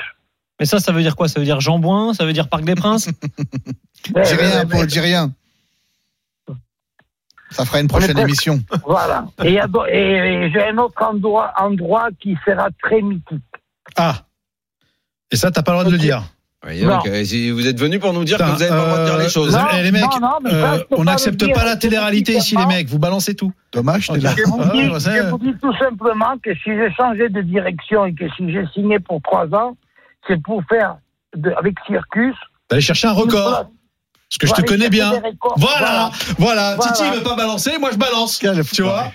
S10: Mais ça, ça veut dire quoi Ça veut dire Jambouin Ça veut dire Parc des Princes
S8: Eh,
S5: Dis rien,
S8: eh,
S5: Paul, dis rien. Ça fera une prochaine
S8: presque.
S5: émission.
S8: eh, voilà. Et, il y a do- et- et j'ai un autre endroit, endroit qui sera très mythique.
S2: Ah. Et ça, t'as pas le droit de le dire.
S1: Voyez donc, euh, si vous êtes venu pour nous dire
S2: Putain,
S1: que vous avez pas le droit de dire
S2: euh,
S1: les choses.
S2: Non, eh, les mecs,
S8: non, non, mais ça,
S2: Euh,
S8: je peux
S2: on
S8: pas
S2: n'accepte
S8: le dire,
S2: pas la
S8: je peux
S2: télé-réalité
S8: pas.
S2: ici, les mecs. Vous balancez tout.
S5: Dommage, t'es
S2: Ok.
S5: là.
S8: Je vous,
S2: Ah,
S8: dis,
S2: ouais, ça,
S8: je vous dis tout simplement que si j'ai changé de direction et que si j'ai signé pour trois ans, c'est pour faire de- avec Circus.
S2: T'allais chercher un record. Parce que je te connais bien. Voilà, voilà,
S8: Voilà.
S2: Titi veut pas balancer, moi je balance.
S5: Quel
S2: Tu vois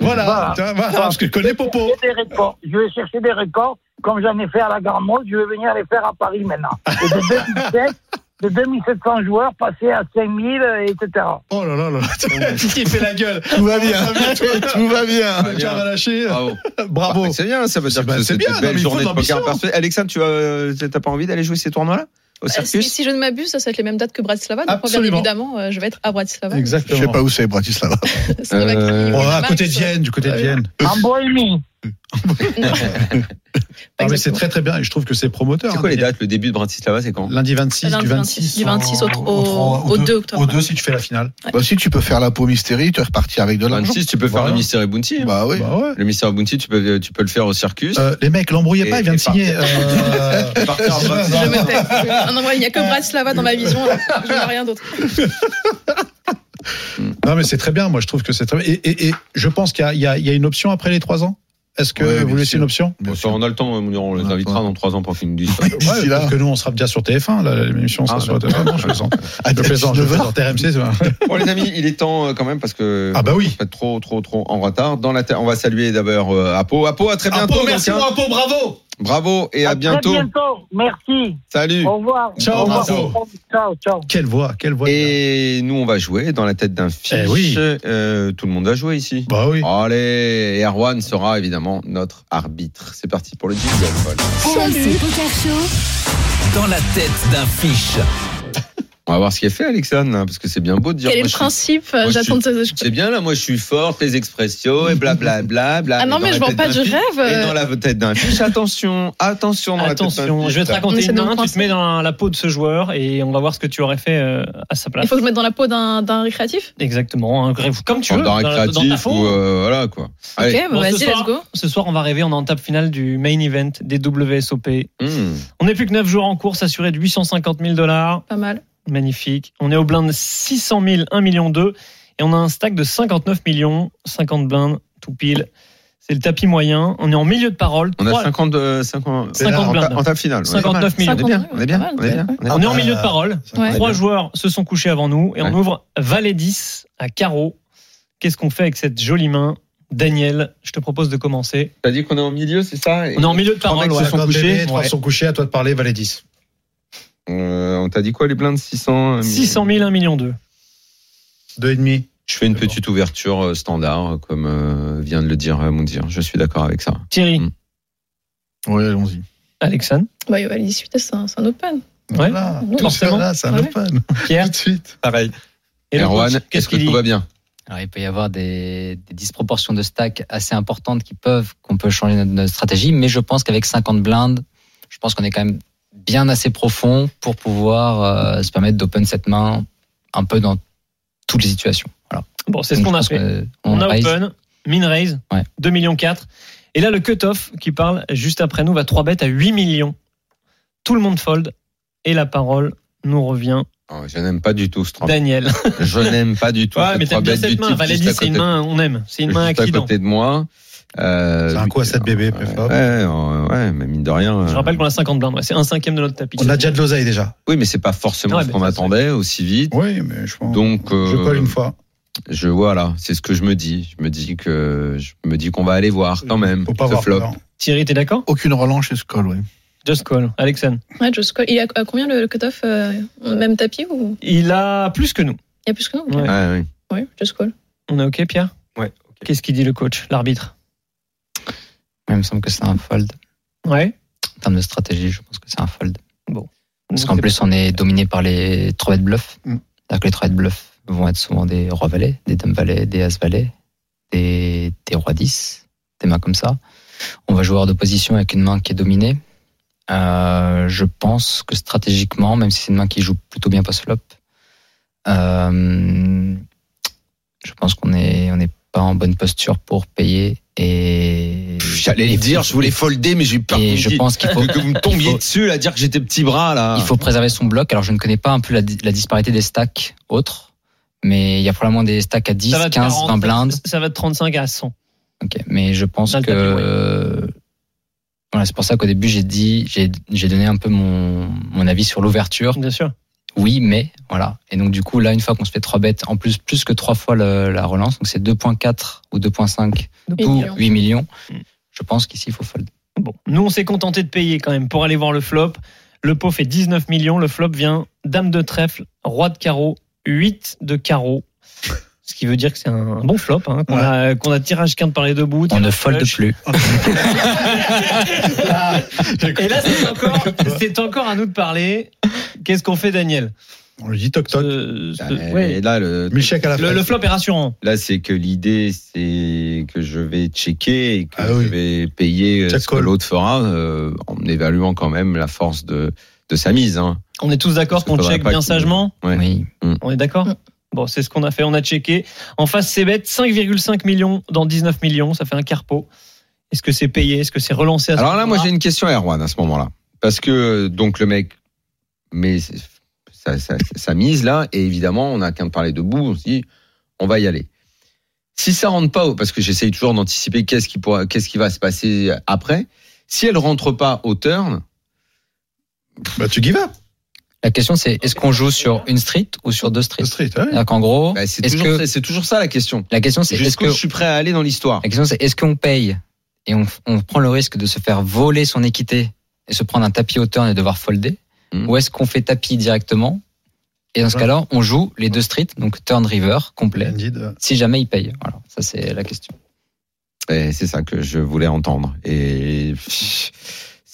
S2: Voilà,
S8: Voilà.
S2: Tu vois, voilà, parce que je connais Popo.
S8: chercher des records. Je vais chercher des records, comme j'en ai fait à la Gare Maud, je vais venir les faire à Paris maintenant. Et de 2007, de 2700 joueurs, passer à 5000, euh, etc.
S2: Oh là là là, Titi fait la gueule.
S5: Tout va bien. Tout va Ah, bien.
S1: va bien.
S2: Tu vas lâcher. euh,
S1: Bravo.
S2: Bravo.
S1: Bah, c'est bien, ça veut
S2: Ah
S1: dire
S2: C'est- bah,
S1: que
S2: c'est
S1: c'est
S2: bien,
S1: une
S2: non, mais
S1: belle
S2: il faut
S1: journée de
S2: de l'ambition.
S1: poker parfait. Alexandre, tu as, euh, t'as pas envie d'aller jouer ces tournois-là Au
S3: Euh, Si,
S1: circus
S3: si je ne m'abuse, ça va être les mêmes dates que Bratislava. Donc, moi, bien
S2: Absolument.
S3: évidemment, euh, je vais être à Bratislava.
S5: Je
S2: Exactement.
S5: sais pas où c'est, Bratislava.
S3: Slovaquie,
S1: Euh,
S2: Oh, à
S3: Max.
S2: côté de Vienne, du côté de
S3: Euh,
S2: Vienne.
S8: En Bohémie.
S2: Non, mais c'est
S3: Exactement.
S2: très très bien. Et je trouve que c'est promoteur.
S1: C'est
S2: hein,
S1: quoi les
S2: d'ailleurs.
S1: dates Le début de Bratislava, c'est quand
S2: Lundi 26,
S3: Lundi
S2: du 26,
S3: 26, du 26 au-
S2: au, trois-
S3: au- au 2
S2: Au
S3: octobre.
S2: 2 si tu fais la finale.
S5: Bah, si tu peux faire la peau mystérie, tu es reparti avec de l'argent.
S1: 26, tu peux faire
S2: Voilà.
S1: le Mystère et Bounty. hein.
S5: Bah oui.
S2: Bah ouais.
S1: Le Mystère et Bounty, tu peux, tu peux le faire au circus.
S2: Euh, les mecs, l'embrouillez
S1: Et-
S2: pas, il vient de
S1: et par-
S2: signer. euh,
S1: Partir à Bratislava.
S3: Je me tais. Ah non, ouais, Il n'y a que Bratislava dans ma vision. Je n'ai rien d'autre.
S2: Non, mais c'est très bien. Moi, je trouve que c'est très bien. Et, et- et je pense qu'il y, a- il y a il y a une option après les 3 ans. Est-ce que
S5: Ouais, bien
S2: vous laissez
S5: sûr.
S2: une option
S5: Bien
S1: Bon,
S5: sûr.
S1: on a le temps, on, on les
S5: On a le
S1: invitera
S5: temps.
S1: dans 3 ans pour qu'ils nous disent ça.
S5: D'ici
S2: Ouais,
S5: là.
S2: parce que nous, on sera déjà sur TF1, là, l'émission sera
S1: Ah,
S2: sur TF1. Non, je plaisante.
S5: À
S2: Je plaisante, je
S5: 19 heures.
S2: plaisante. RMC, c'est vrai.
S1: Bon les amis, il est temps euh, quand même parce que
S2: Ah, bah oui.
S1: on est trop trop trop en retard. Dans la ta- on va saluer d'abord euh, Apo. Apo, à très bientôt.
S2: Apo,
S1: donc,
S2: merci
S1: hein.
S2: pour Apo, bravo.
S1: Bravo et à, bientôt.
S8: Très bientôt. Merci.
S1: Salut.
S8: Au revoir.
S2: Ciao,
S8: Au revoir.
S2: bravo.
S8: Ciao, ciao.
S2: Quelle voix, quelle voix.
S1: Et nous, on va jouer dans la tête d'un fiche.
S2: Eh oui.
S1: Euh, tout le monde a joué ici.
S2: Bah oui.
S1: Allez, et Erwan sera évidemment notre arbitre. C'est parti pour le jingle. Paul.
S7: RMC Poker Show,
S6: Dans la tête d'un fiche.
S1: On va voir ce qui est fait, Alexandre, là, parce que c'est bien beau de dire.
S3: Quel est
S1: moi,
S3: le
S1: je suis-
S3: principe euh,
S1: je
S3: J'attends de
S1: C'est bien là, moi je suis forte, les expressions et blablabla. Bla, bla,
S3: Ah non,
S1: dans
S3: mais
S1: la
S3: je vends
S1: tête
S3: pas
S1: d'un
S3: du
S1: fiche,
S3: rêve. euh,
S1: Et dans la tête d'un fiche, attention, attention dans la tête d'un
S10: Attention,
S1: fiche.
S10: je vais te
S3: Mais
S10: raconter
S3: c'est
S10: une
S3: donc
S10: main, tu
S3: coincé.
S10: te mets dans la peau de ce joueur et on va voir ce que tu aurais fait euh, à sa
S3: Il
S10: place.
S3: faut que je mette dans la peau d'un d'un récréatif
S10: Exactement, un gré- comme tu veux,
S1: Dans
S10: dans, la- dans ta
S1: récréatif
S10: faute.
S1: ou euh, voilà quoi.
S3: Ok,
S1: Allez.
S3: bah
S10: Bon, ce
S3: vas-y, let's
S10: soir-
S3: go.
S10: Ce soir, on va rêver, on est en table finale du main event des WSOP.
S1: Hmm.
S10: On n'est plus que 9 jours en course, assuré de 850 000 dollars.
S3: Pas mal.
S10: Magnifique. On est au blind 600 000, 1 million 2. Et on a un stack de 59 millions, 50 blindes, tout pile. C'est le tapis moyen. On est en milieu de parole.
S1: On a
S10: Trois-
S1: 50, euh, 50,
S10: 50
S1: en, ta-
S10: blindes.
S1: en table finale. ouais.
S10: 59
S1: On est
S10: 000.
S1: bien, on est
S3: Pas
S1: bien,
S3: mal,
S1: on est bien. on est
S10: On est en
S2: Ah,
S10: milieu de parole.
S3: Ouais.
S10: Trois
S1: bien.
S10: joueurs se sont couchés avant nous et
S1: Ouais.
S10: on ouvre Valet 10 à carreau. Qu'est-ce qu'on fait avec cette jolie main Daniel, je te propose de commencer.
S1: T'as dit qu'on est au milieu, c'est ça Et-
S10: On est en milieu de
S2: Trois
S10: parole.
S2: mecs
S10: ouais.
S2: se sont couchés, trois
S10: Ouais.
S2: sont couchés, à toi de parler, valet 10.
S1: Euh, on t'a dit quoi les blindes 600 euh,
S10: 600 000, 1 million 2.
S2: Deux et demi.
S1: Je fais une petite ouverture euh, standard, comme euh, vient de le dire euh, Moundir. Je suis d'accord avec ça.
S10: Thierry,
S1: Mm.
S5: Oui, allons-y.
S10: Alexandre,
S3: Bah, il va aller 18 c'est un c'est un open.
S10: Ouais.
S2: Voilà,
S3: Non,
S2: tout
S10: forcément.
S2: ça là, c'est un
S3: Ouais.
S2: open.
S10: Pierre
S2: Tout de suite.
S1: Pareil.
S10: et le coach,
S1: Erwan,
S10: Qu'est-ce
S1: est-ce que
S10: qu'il dit
S1: tout va bien
S4: Alors, il peut y avoir des, des disproportions de stack assez importantes qui peuvent, qu'on peut changer notre, notre stratégie, mais je pense qu'avec 50 blindes, je pense qu'on est quand même bien assez profond pour pouvoir euh, se permettre d'open cette main un peu dans toutes les situations. Voilà.
S10: Bon, c'est ce
S4: Donc,
S10: qu'on
S4: je
S10: a
S4: pense
S10: fait.
S4: que
S10: On a
S4: raise.
S10: open, min raise,
S4: Ouais.
S10: 2 millions 4. Et là, le cut-off qui parle juste après nous va 3 bêtes à 8 millions. Tout le monde fold. Et la parole nous revient.
S1: Oh, Je n'aime pas du tout ce 3
S10: Daniel.
S1: Je n'aime pas du tout
S10: Ouais,
S1: ce
S10: mais t'aimes
S1: 3
S10: bien
S1: bêtes du
S10: cette main.
S1: type
S10: Valet
S1: juste
S10: 10,
S1: à
S10: c'est une
S1: côté-
S10: main, on aime. C'est une main
S1: juste à
S10: accident.
S1: côté de moi. Euh,
S2: C'est un coup à 7 bébés,
S1: ouais,
S2: préfère.
S1: ouais, oh, ouais, mais mine de rien.
S10: Je
S1: euh,
S10: rappelle qu'on a 50 blindes. ouais, c'est un cinquième de notre tapis.
S2: On a déjà de l'oseille déjà.
S1: Oui, mais c'est pas forcément
S10: Ouais,
S1: ce
S10: mais
S1: qu'on
S10: ça, c'est-
S1: attendait aussi vite.
S2: Oui, mais je pense.
S1: Donc,
S2: je
S1: euh,
S2: colle une fois.
S1: Je voilà, c'est ce que je me dis. Je me dis que je me dis qu'on va aller voir quand même.
S2: Faut pas
S1: ce
S2: avoir
S1: flop.
S2: peur.
S10: Thierry, t'es d'accord
S5: Aucune relance chez Skoll, oui.
S10: Just call. Alexandre.
S3: Ouais, Joe Scott. Il est à- à combien le le cut-off euh, Même tapis ou
S10: Il a plus que nous.
S3: il y a plus que nous
S10: Ouais.
S1: Ouais, ouais.
S3: Oui, Joe Scott.
S10: On est OK, Pierre
S9: Ouais, ok.
S10: Qu'est-ce qu'il dit le coach, l'arbitre
S4: Il me semble que c'est un fold.
S10: Ouais.
S4: En termes de stratégie, je pense que c'est un fold. Parce qu'en
S10: Donc,
S4: plus, on est dominé par les 3 bêtes bluff.
S5: Mm.
S4: C'est-à-dire que les 3 bêtes bluff vont être souvent des rois valets, des dames valets, des as valets, des, des rois 10, des mains comme ça. On va jouer hors de position avec une main qui est dominée. Euh, je pense que stratégiquement, même si c'est une main qui joue plutôt bien post-flop, euh, je pense qu'on n'est on est pas en bonne posture pour payer. Et
S1: Pff, J'allais le
S4: et-
S1: dire, je voulais folder, mais j'ai eu peur que vous
S4: Et je
S1: me-
S4: pense qu'il faut,
S1: que vous me tombiez
S4: il faut-
S1: dessus, là, dire que j'étais petit bras, là.
S4: il faut préserver son bloc. Alors, je ne connais pas un peu la, di- la disparité des stacks autres, mais il y a probablement des stacks à 10,
S10: ça va de
S4: 15,
S10: 40,
S4: 20 blindes.
S10: ça- Ça va de 35 à 100.
S4: Ok, Mais je pense
S10: Dans le
S4: que.
S10: tapis, ouais.
S4: euh, Voilà, c'est pour ça qu'au début, j'ai dit, j'ai j'ai donné un peu mon, mon avis sur l'ouverture.
S10: Bien sûr.
S4: Oui, mais voilà. Et donc, du coup, là, une fois qu'on se fait 3 bêtes, en plus, plus que 3 fois le- la relance, donc c'est 2,4 ou 2,5 ou 8 millions,
S10: Mm.
S4: je pense qu'ici, il faut fold.
S10: Bon, nous on s'est contenté de payer quand même pour aller voir le flop. Le pot fait 19 millions, le flop vient dame de trèfle, roi de carreau, 8 de carreau. Ce qui veut dire que c'est un bon flop, hein, qu'on
S5: Ouais.
S10: a, qu'on a tirage quinte par les deux bouts.
S4: On
S10: tirage
S4: ne fold
S10: flush.
S4: plus.
S10: Et là, c'est encore, c'est encore à nous de parler. Qu'est-ce qu'on fait, Daniel
S2: On lui dit toc toc.
S10: Ce-
S5: Euh,
S10: ce-
S1: Et
S10: ouais.
S1: là, le,
S2: Michel à la
S10: Euh, le,
S2: fraise.
S10: le flop est rassurant.
S1: là, c'est que l'idée, c'est que je vais checker et que
S2: Ah
S1: je
S2: oui.
S1: vais payer euh,
S2: Check
S1: ce que
S2: call.
S1: l'autre fera, euh, en évaluant quand même la force de, de sa mise, hein.
S10: On est tous d'accord
S1: Parce que
S10: qu'on
S1: faudrait
S10: check
S1: pas
S10: bien
S1: qu'il-
S10: sagement.
S1: Ouais.
S4: Oui.
S10: On est d'accord
S3: Mm.
S10: Bon, c'est ce qu'on a fait. On a checké. En face, c'est bête. 5,5 millions dans 19 millions. Ça fait un carpo. Est-ce que c'est payé Est-ce que c'est relancé à ce
S1: Alors là, moi,
S10: moment-là
S1: j'ai une question à Erwan à ce moment-là. Parce que, euh, donc, le mec met sa, sa- sa mise là, et évidemment, on n'a qu'à parler debout, on se dit, on va y aller. Si ça rentre pas, au- parce que j'essaye toujours d'anticiper qu'est-ce qui, pourra- qu'est-ce qui va se passer après, si elle rentre pas au turn,
S2: Bah, tu give up.
S4: La question, c'est est-ce qu'on joue sur une street ou sur deux
S2: Le
S4: streets
S2: street, hein. ouais.
S10: Ah,
S4: C'est-à-dire qu'en gros,
S1: bah, c'est,
S4: est-ce
S1: toujours,
S4: que
S1: ça- c'est toujours ça la question.
S4: La question c'est est-ce
S1: Jusqu'où
S4: que
S1: je suis prêt à aller dans l'histoire
S4: la question c'est est-ce qu'on paye et on, on prend le risque de se faire voler son équité et se prendre un tapis hauteur et devoir folder
S1: Mhm.
S4: Ou est-ce qu'on fait tapis directement Et dans ce
S2: Ouais.
S4: cas-là, on joue les deux streets, donc turn river complet,
S2: Indeed.
S4: si jamais il paye. Voilà, ça c'est la question.
S1: Et c'est ça que je voulais entendre. Et c'est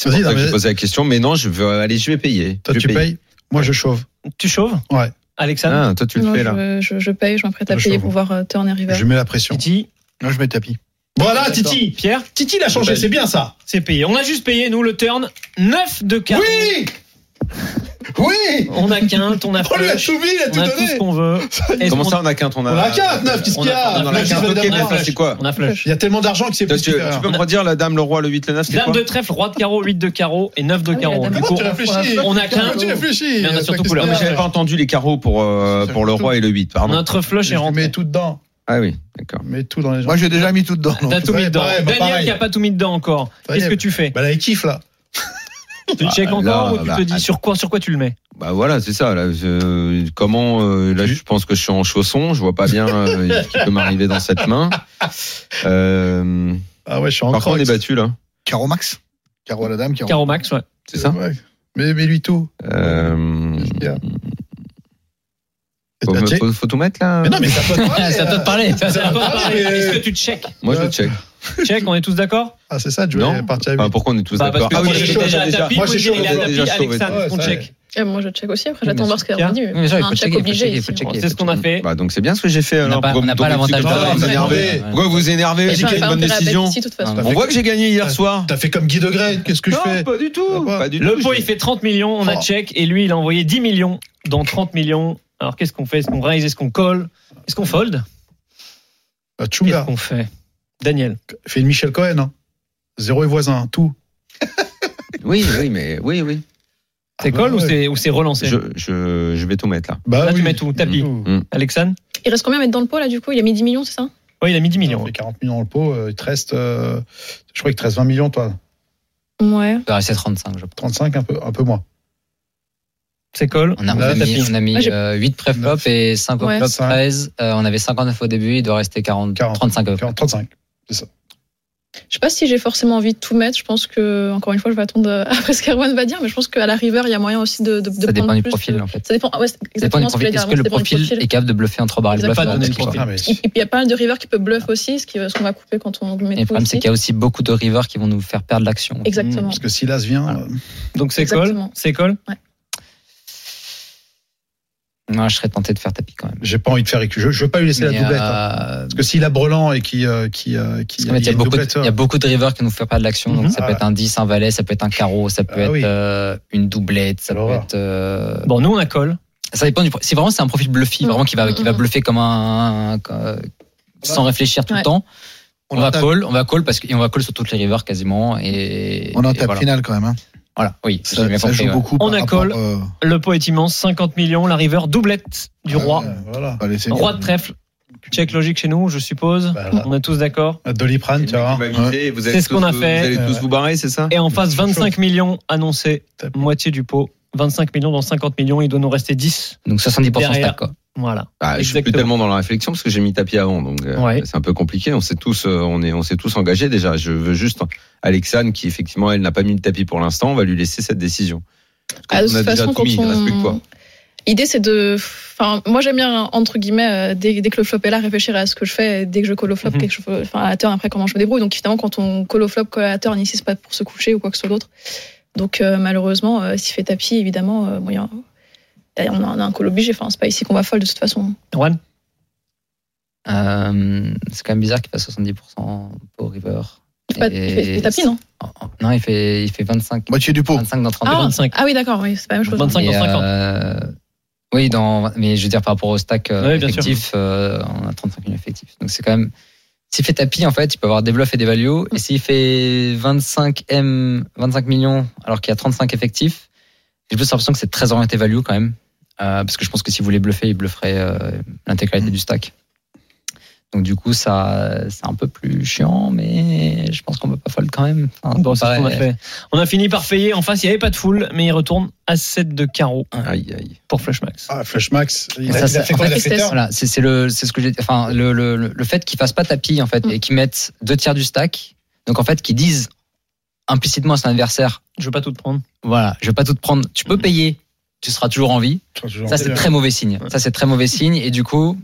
S1: pour
S2: Vas-y,
S1: ça
S2: non,
S1: que
S2: mais-
S1: j'ai posé la question. Mais non, je veux aller, je vais payer.
S2: Toi,
S1: Je
S2: tu
S1: paye.
S2: payes Moi, je chauffe.
S10: Tu chauves
S2: Ouais.
S10: Alexandre
S1: Ah, toi, tu le
S3: Non,
S1: fais là.
S3: je, je, je paye, je m'apprête à
S2: Le
S3: payer
S2: chauve.
S3: pour voir euh, Turn et River.
S2: Je mets la pression.
S10: Titi
S5: Moi, je mets tapis.
S2: Voilà,
S10: D'accord.
S2: Titi
S10: Pierre
S2: Titi l'a changé, c'est bien ça
S10: C'est payé. On a juste payé, nous, le turn 9 de carreau.
S2: Oui Oui
S10: On a quinte, on a
S5: Oh,
S2: On lui a
S10: flush,
S2: tout mis, il a
S10: on
S2: tout
S10: a tout ce
S2: donné
S10: qu'on veut. Est-ce
S1: Comment
S10: qu'on-
S1: ça, on a qu'un ton
S2: On a quatre, neuf, qu'est-ce
S10: on
S2: qu'il y
S10: a-
S2: a
S10: on a
S1: On a
S2: Neuf,
S10: qu'un
S1: qu'un
S10: peu
S2: c'est
S1: Ok,
S2: le
S10: qui est
S2: dernier.
S1: mais
S10: flush.
S1: c'est quoi
S10: On a flush.
S2: Il y a tellement d'argent que c'est
S1: Toi,
S2: plus
S1: tu, tu peux me redire la dame, le roi, le 8, le 9, c'est
S10: Dame
S1: quoi
S10: de trèfle, roi de carreau, 8 de carreau et 9 de
S3: Ah oui,
S10: carreau.
S3: la dame
S10: Du
S3: de
S10: coup,
S2: Comment
S3: Pourquoi
S2: tu réfléchis
S10: on a qu'un.
S2: Comment tu réfléchis
S10: Mais on a surtout
S2: Qu'est-ce
S10: couleur.
S2: qu'il y
S1: Mais
S2: a
S1: j'avais pas entendu les carreaux pour, euh, pour le roi et le 8, pardon.
S10: Notre flush est
S2: Je
S10: rentré.
S2: mets tout dedans.
S1: Ah oui, d'accord.
S2: Je mets tout dans les gens.
S5: Moi, j'ai déjà mis tout dedans. donc.
S10: T'as tout
S2: Ouais,
S10: mis dedans.
S2: pareil, bah,
S10: Daniel
S2: pareil.
S10: qui a pas tout mis dedans encore.
S2: Ça y est.
S10: Qu'est-ce que tu fais
S2: Bah là, il kiffe là.
S10: Tu check
S1: là,
S10: encore ou tu
S1: bah,
S10: te dis
S1: attends.
S10: sur quoi, sur quoi tu le mets
S1: Bah voilà, c'est ça. Là, je- comment euh, là, je pense que je suis en chausson. Je vois pas bien euh, ce qui peut m'arriver dans cette main. Euh,
S2: Ah ouais, je suis en
S1: par contre, on est
S2: crocs.
S1: battu là.
S5: Carreau max. Carreau à la dame, carreau.
S10: Carreau max, ouais.
S1: C'est ça
S2: Ouais. Mais mais lui tout.
S1: euh,
S2: Qu'est-ce qu'il y a
S1: faut,
S2: Tiens.
S1: faut- faut tout mettre là.
S2: Mais non, mais ça peut te parler.
S4: Ça peut te parler.
S10: C'est à toi de parler.
S2: mais-
S10: Est-ce que tu check
S1: Moi, je le check.
S10: Check, on est tous d'accord
S2: Ah, c'est ça, tu
S1: Non.
S2: veux partir à
S1: Enfin,
S2: huit.
S1: pourquoi on est tous
S10: Bah, parce
S1: d'accord
S10: que
S1: Ah oui,
S10: moi,
S1: j'ai
S10: j'étais déjà à tapis,
S2: Moi, j'ai
S10: Mounir,
S2: chaud,
S10: il est à
S2: vous
S1: êtes
S10: tapis,
S1: déjà chaud,
S10: Alexandre,
S2: ouais,
S10: on
S2: ça
S10: check.
S3: Et moi, je check aussi. Après,
S4: Oui,
S3: j'attends
S4: bien
S3: voir ce
S4: sûr.
S3: qu'elle a dit.
S4: Oui, mais ça, il faut
S3: Un check
S4: checker, il faut
S3: obligé
S4: checker, il
S3: ici.
S4: faut checker.
S10: C'est ce qu'on a fait.
S1: Bah, donc c'est bien ce que j'ai fait.
S4: On n'a
S1: alors.
S4: pas, on
S1: Pourquoi-
S4: n'a pas
S1: pourquoi
S4: l'avantage
S1: vous
S4: de
S1: êtes
S2: Ah,
S1: énervé
S4: la
S2: vous
S4: dame.
S2: énervez.
S4: Ouais.
S1: Pourquoi vous vous énervez
S3: Et
S1: J'ai
S3: ça,
S1: pris
S3: on
S1: une
S3: va
S1: bonne
S3: rentrer à la
S1: décision.
S3: bête ici, de toute façon.
S1: On voit que j'ai gagné hier soir.
S2: T'as fait comme Guy Degraine, qu'est-ce que je fais
S1: pas du
S5: Ah,
S1: tout.
S5: bah,
S1: Pas du
S10: Le
S1: tout,
S10: pot,
S1: j'ai-
S10: il fait 30 millions, on a
S2: Oh.
S10: check, et lui, il a envoyé 10 millions dans 30 millions. Alors, qu'est-ce qu'on fait Est-ce qu'on raise Est-ce qu'on call Est-ce qu'on fold
S2: Ah,
S10: Qu'est-ce
S2: Tchouga,
S10: qu'on fait Daniel,
S2: fais une Michel Cohen. hein. Zéro et voisin, tout.
S1: Oui, oui, mais oui, oui.
S10: c'est
S2: bah
S10: call ou
S2: ouais.
S10: c'est- ou c'est relancé
S1: Je, je, je vais tout mettre là. Mm.
S2: Bah
S10: Là, tu
S2: oui.
S10: mets tout, tapis.
S2: Tout.
S10: Alexandre
S3: Il reste combien à mettre dans le pot là du coup Il a mis 10 millions, c'est ça
S10: Oui, il a mis 10
S2: millions.
S10: millions.
S2: fait 40 millions dans le pot, euh, il te reste. euh, je crois qu'il te reste 20 millions, toi.
S3: Ouais.
S4: Il doit rester 35, je pense.
S2: 35, un peu, un peu moins.
S10: C'est call.
S4: On a, on
S5: Bah
S2: Là,
S4: a
S2: tapis.
S4: mis, on a mis euh,
S3: Ah, j'ai-
S4: 8 pré-flops et 5 au
S3: Ouais.
S4: flop,
S2: Cinq.
S4: 13. Euh, on avait 59 au début, il doit rester 40,
S2: 40.
S4: 35 au flop.
S2: 40, 35.
S3: Je sais pas si j'ai forcément envie de tout mettre. Je pense que, encore une fois, je vais attendre euh, après ce qu'Erwan va dire, mais je pense qu'à la river, il y a moyen aussi de, de, de
S4: Ça dépend
S3: prendre
S4: du
S3: plus
S4: profil,
S3: de-
S4: en fait.
S3: Ça dépend, ah ouais, c'est
S4: Ça dépend du
S3: exactement ce
S4: profil.
S3: qu'il a
S4: Est-ce
S3: dit
S4: que
S3: avant,
S4: le
S3: ça dépend
S4: profil
S3: du
S4: est capable de bluffer en 3 barres
S3: Exactement.
S4: bluff
S3: Pas
S4: dans
S3: donner
S4: ce
S10: le
S4: qu'il voit.
S10: profil.
S2: Ah, mais
S3: Et puis il y a pas mal de rivers qui peuvent bluff aussi, ce qui- ce qu'on va couper quand on met
S4: Et le
S3: tout
S4: problème, c'est
S3: ici.
S4: qu'il y a aussi beaucoup de rivers qui vont nous faire perdre l'action.
S3: Exactement.
S2: Parce que si l'As vient.
S4: Voilà.
S2: euh,
S10: Donc c'est call.
S3: Exactement.
S10: C'est call.
S4: Moi, je serais tenté de faire tapis quand même.
S2: J'ai pas envie de faire écu. Je, je veux pas lui laisser
S4: Mais,
S2: la doublette. hein.
S4: euh,
S2: Parce que s'il a Brelan et qui euh, qui euh, qui
S4: parce qu'en fait, il y, a
S2: une
S4: beaucoup de-
S2: doublette, euh,
S4: il y a beaucoup de rivers qui nous font pas de l'action.
S10: Mhm.
S4: Donc, ça
S2: Ah
S4: peut être un 10, un valet, ça peut être un carreau, ça peut
S2: Ah
S4: être
S2: oui.
S4: euh, une doublette, ça peut
S2: L'horreur.
S4: être. euh,
S10: Bon, nous, on a call.
S4: Ça dépend du. pro- Si vraiment c'est un profil bluffy,
S3: Mhm.
S4: vraiment qui va, qui va
S3: Mhm.
S4: bluffer comme un. un- un- sans réfléchir tout
S3: Ouais.
S4: le temps. On,
S5: On
S4: va
S5: attaque.
S4: call, on va call parce que, et on va call sur toutes les rivers quasiment et.
S5: On a un
S4: et
S5: tap
S4: voilà.
S5: final quand même. Hein.
S4: Voilà, oui. j'ai
S5: Ça,
S4: bien
S5: ça
S4: compris,
S5: joue
S4: ouais.
S5: beaucoup.
S10: On
S5: par
S10: a call.
S5: rapport, euh,
S10: Le pot est immense, 50 millions. La river, doublette du
S5: Ouais.
S10: roi.
S2: euh, voilà.
S5: pas laisser-
S10: Roi de trèfle. Check logique chez nous, je suppose.
S2: Bah, là.
S10: On est tous d'accord.
S2: Doliprane, tu vas voir.
S1: C'est
S10: C'est ce qu'on a fait.
S1: Vous allez
S2: Ouais.
S1: tous vous barrer, c'est ça
S10: Et en face, 25 millions annoncés, moitié du pot. 25 millions dans 50 millions, il doit nous rester 10.
S4: Donc 70%
S10: Derrière.
S4: stack quoi.
S10: Voilà.
S1: Ah, Je suis plus
S10: Exactement.
S1: tellement dans la réflexion parce que j'ai mis tapis avant, donc euh,
S10: Ouais.
S1: c'est un peu compliqué. On s'est tous, euh, on est, on s'est tous engagés déjà. Je veux juste Alexane qui effectivement elle n'a pas mis le tapis pour l'instant. On va lui laisser cette décision.
S3: Ah, de
S1: on a
S3: toute
S1: déjà
S3: façon,
S1: tout
S3: quand
S1: mis. Il reste plus que toi.
S3: on... L'idée, c'est de. Enfin, moi, j'aime bien, entre guillemets, euh, dès, dès que le flop est là, réfléchir à ce que je fais, et dès que je call au flop,
S10: Mhm.
S3: quelque chose, enfin, à la turn, après, comment je me débrouille. Donc, finalement, quand on call au flop, call à la turn, ici, c'est pas pour se coucher ou quoi que ce soit d'autre. Donc, euh, malheureusement, euh, s'il fait tapis, évidemment, euh, bon, il y a- d'ailleurs, on a, on a un call obligé. Enfin, c'est pas ici qu'on va fold, de toute façon.
S10: Juan,
S4: Euh, c'est quand même bizarre qu'il fasse 70% au river.
S3: Il fait pas- il fait- il fait tapis, non
S4: Oh, oh, Non, il fait, il fait 25,
S5: Moitié du pot.
S4: 25 dans 30
S3: ah,
S10: 25.
S3: ah oui, d'accord, oui, c'est pas la même chose.
S10: 25.
S4: Et,
S10: dans 50.
S4: euh, oui, dans, mais je veux dire par rapport au stack euh,
S10: Ouais, bien sûr.
S4: effectif, euh, on a 35 000 effectifs. Donc c'est quand même. S'il fait tapis, en fait, il peut avoir des bluffs et des values. Et s'il fait 25 M, 25 millions, alors qu'il y a 35 effectifs, j'ai plus l'impression que c'est très orienté value quand même. Euh, parce que je pense que si vous voulez bluffer, il blufferait euh,
S10: Mm.
S4: l'intégralité du stack. Donc du coup, ça, c'est un peu plus chiant, mais je pense qu'on peut pas fold quand même. Enfin,
S10: Bon, c'est ce qu'on a
S4: pareil.
S10: fait. On a fini par payer. En face, il n'y avait pas de foule, mais il retourne à 7 de carreau
S1: Aïe aïe.
S10: pour Flush Max.
S2: Ah, Flush Max, il, a,
S4: Ça,
S2: il a
S4: c'est-
S2: fait
S4: en
S2: quoi Il
S4: fait,
S2: a fait
S3: tristesse.
S2: terre
S4: Voilà, c'est c'est le, c'est ce que j'ai, enfin, le, le, le le fait qu'ils fassent pas tapis en fait
S3: Mm.
S4: et qu'ils mettent deux tiers du stack, Donc en fait, qui disent implicitement à son adversaire
S10: Je veux pas tout te prendre.
S4: Voilà, je veux pas tout te prendre. Tu peux payer, tu seras toujours en vie. Ça, c'est très mauvais signe. Ça, c'est très mauvais signe. Et du coup,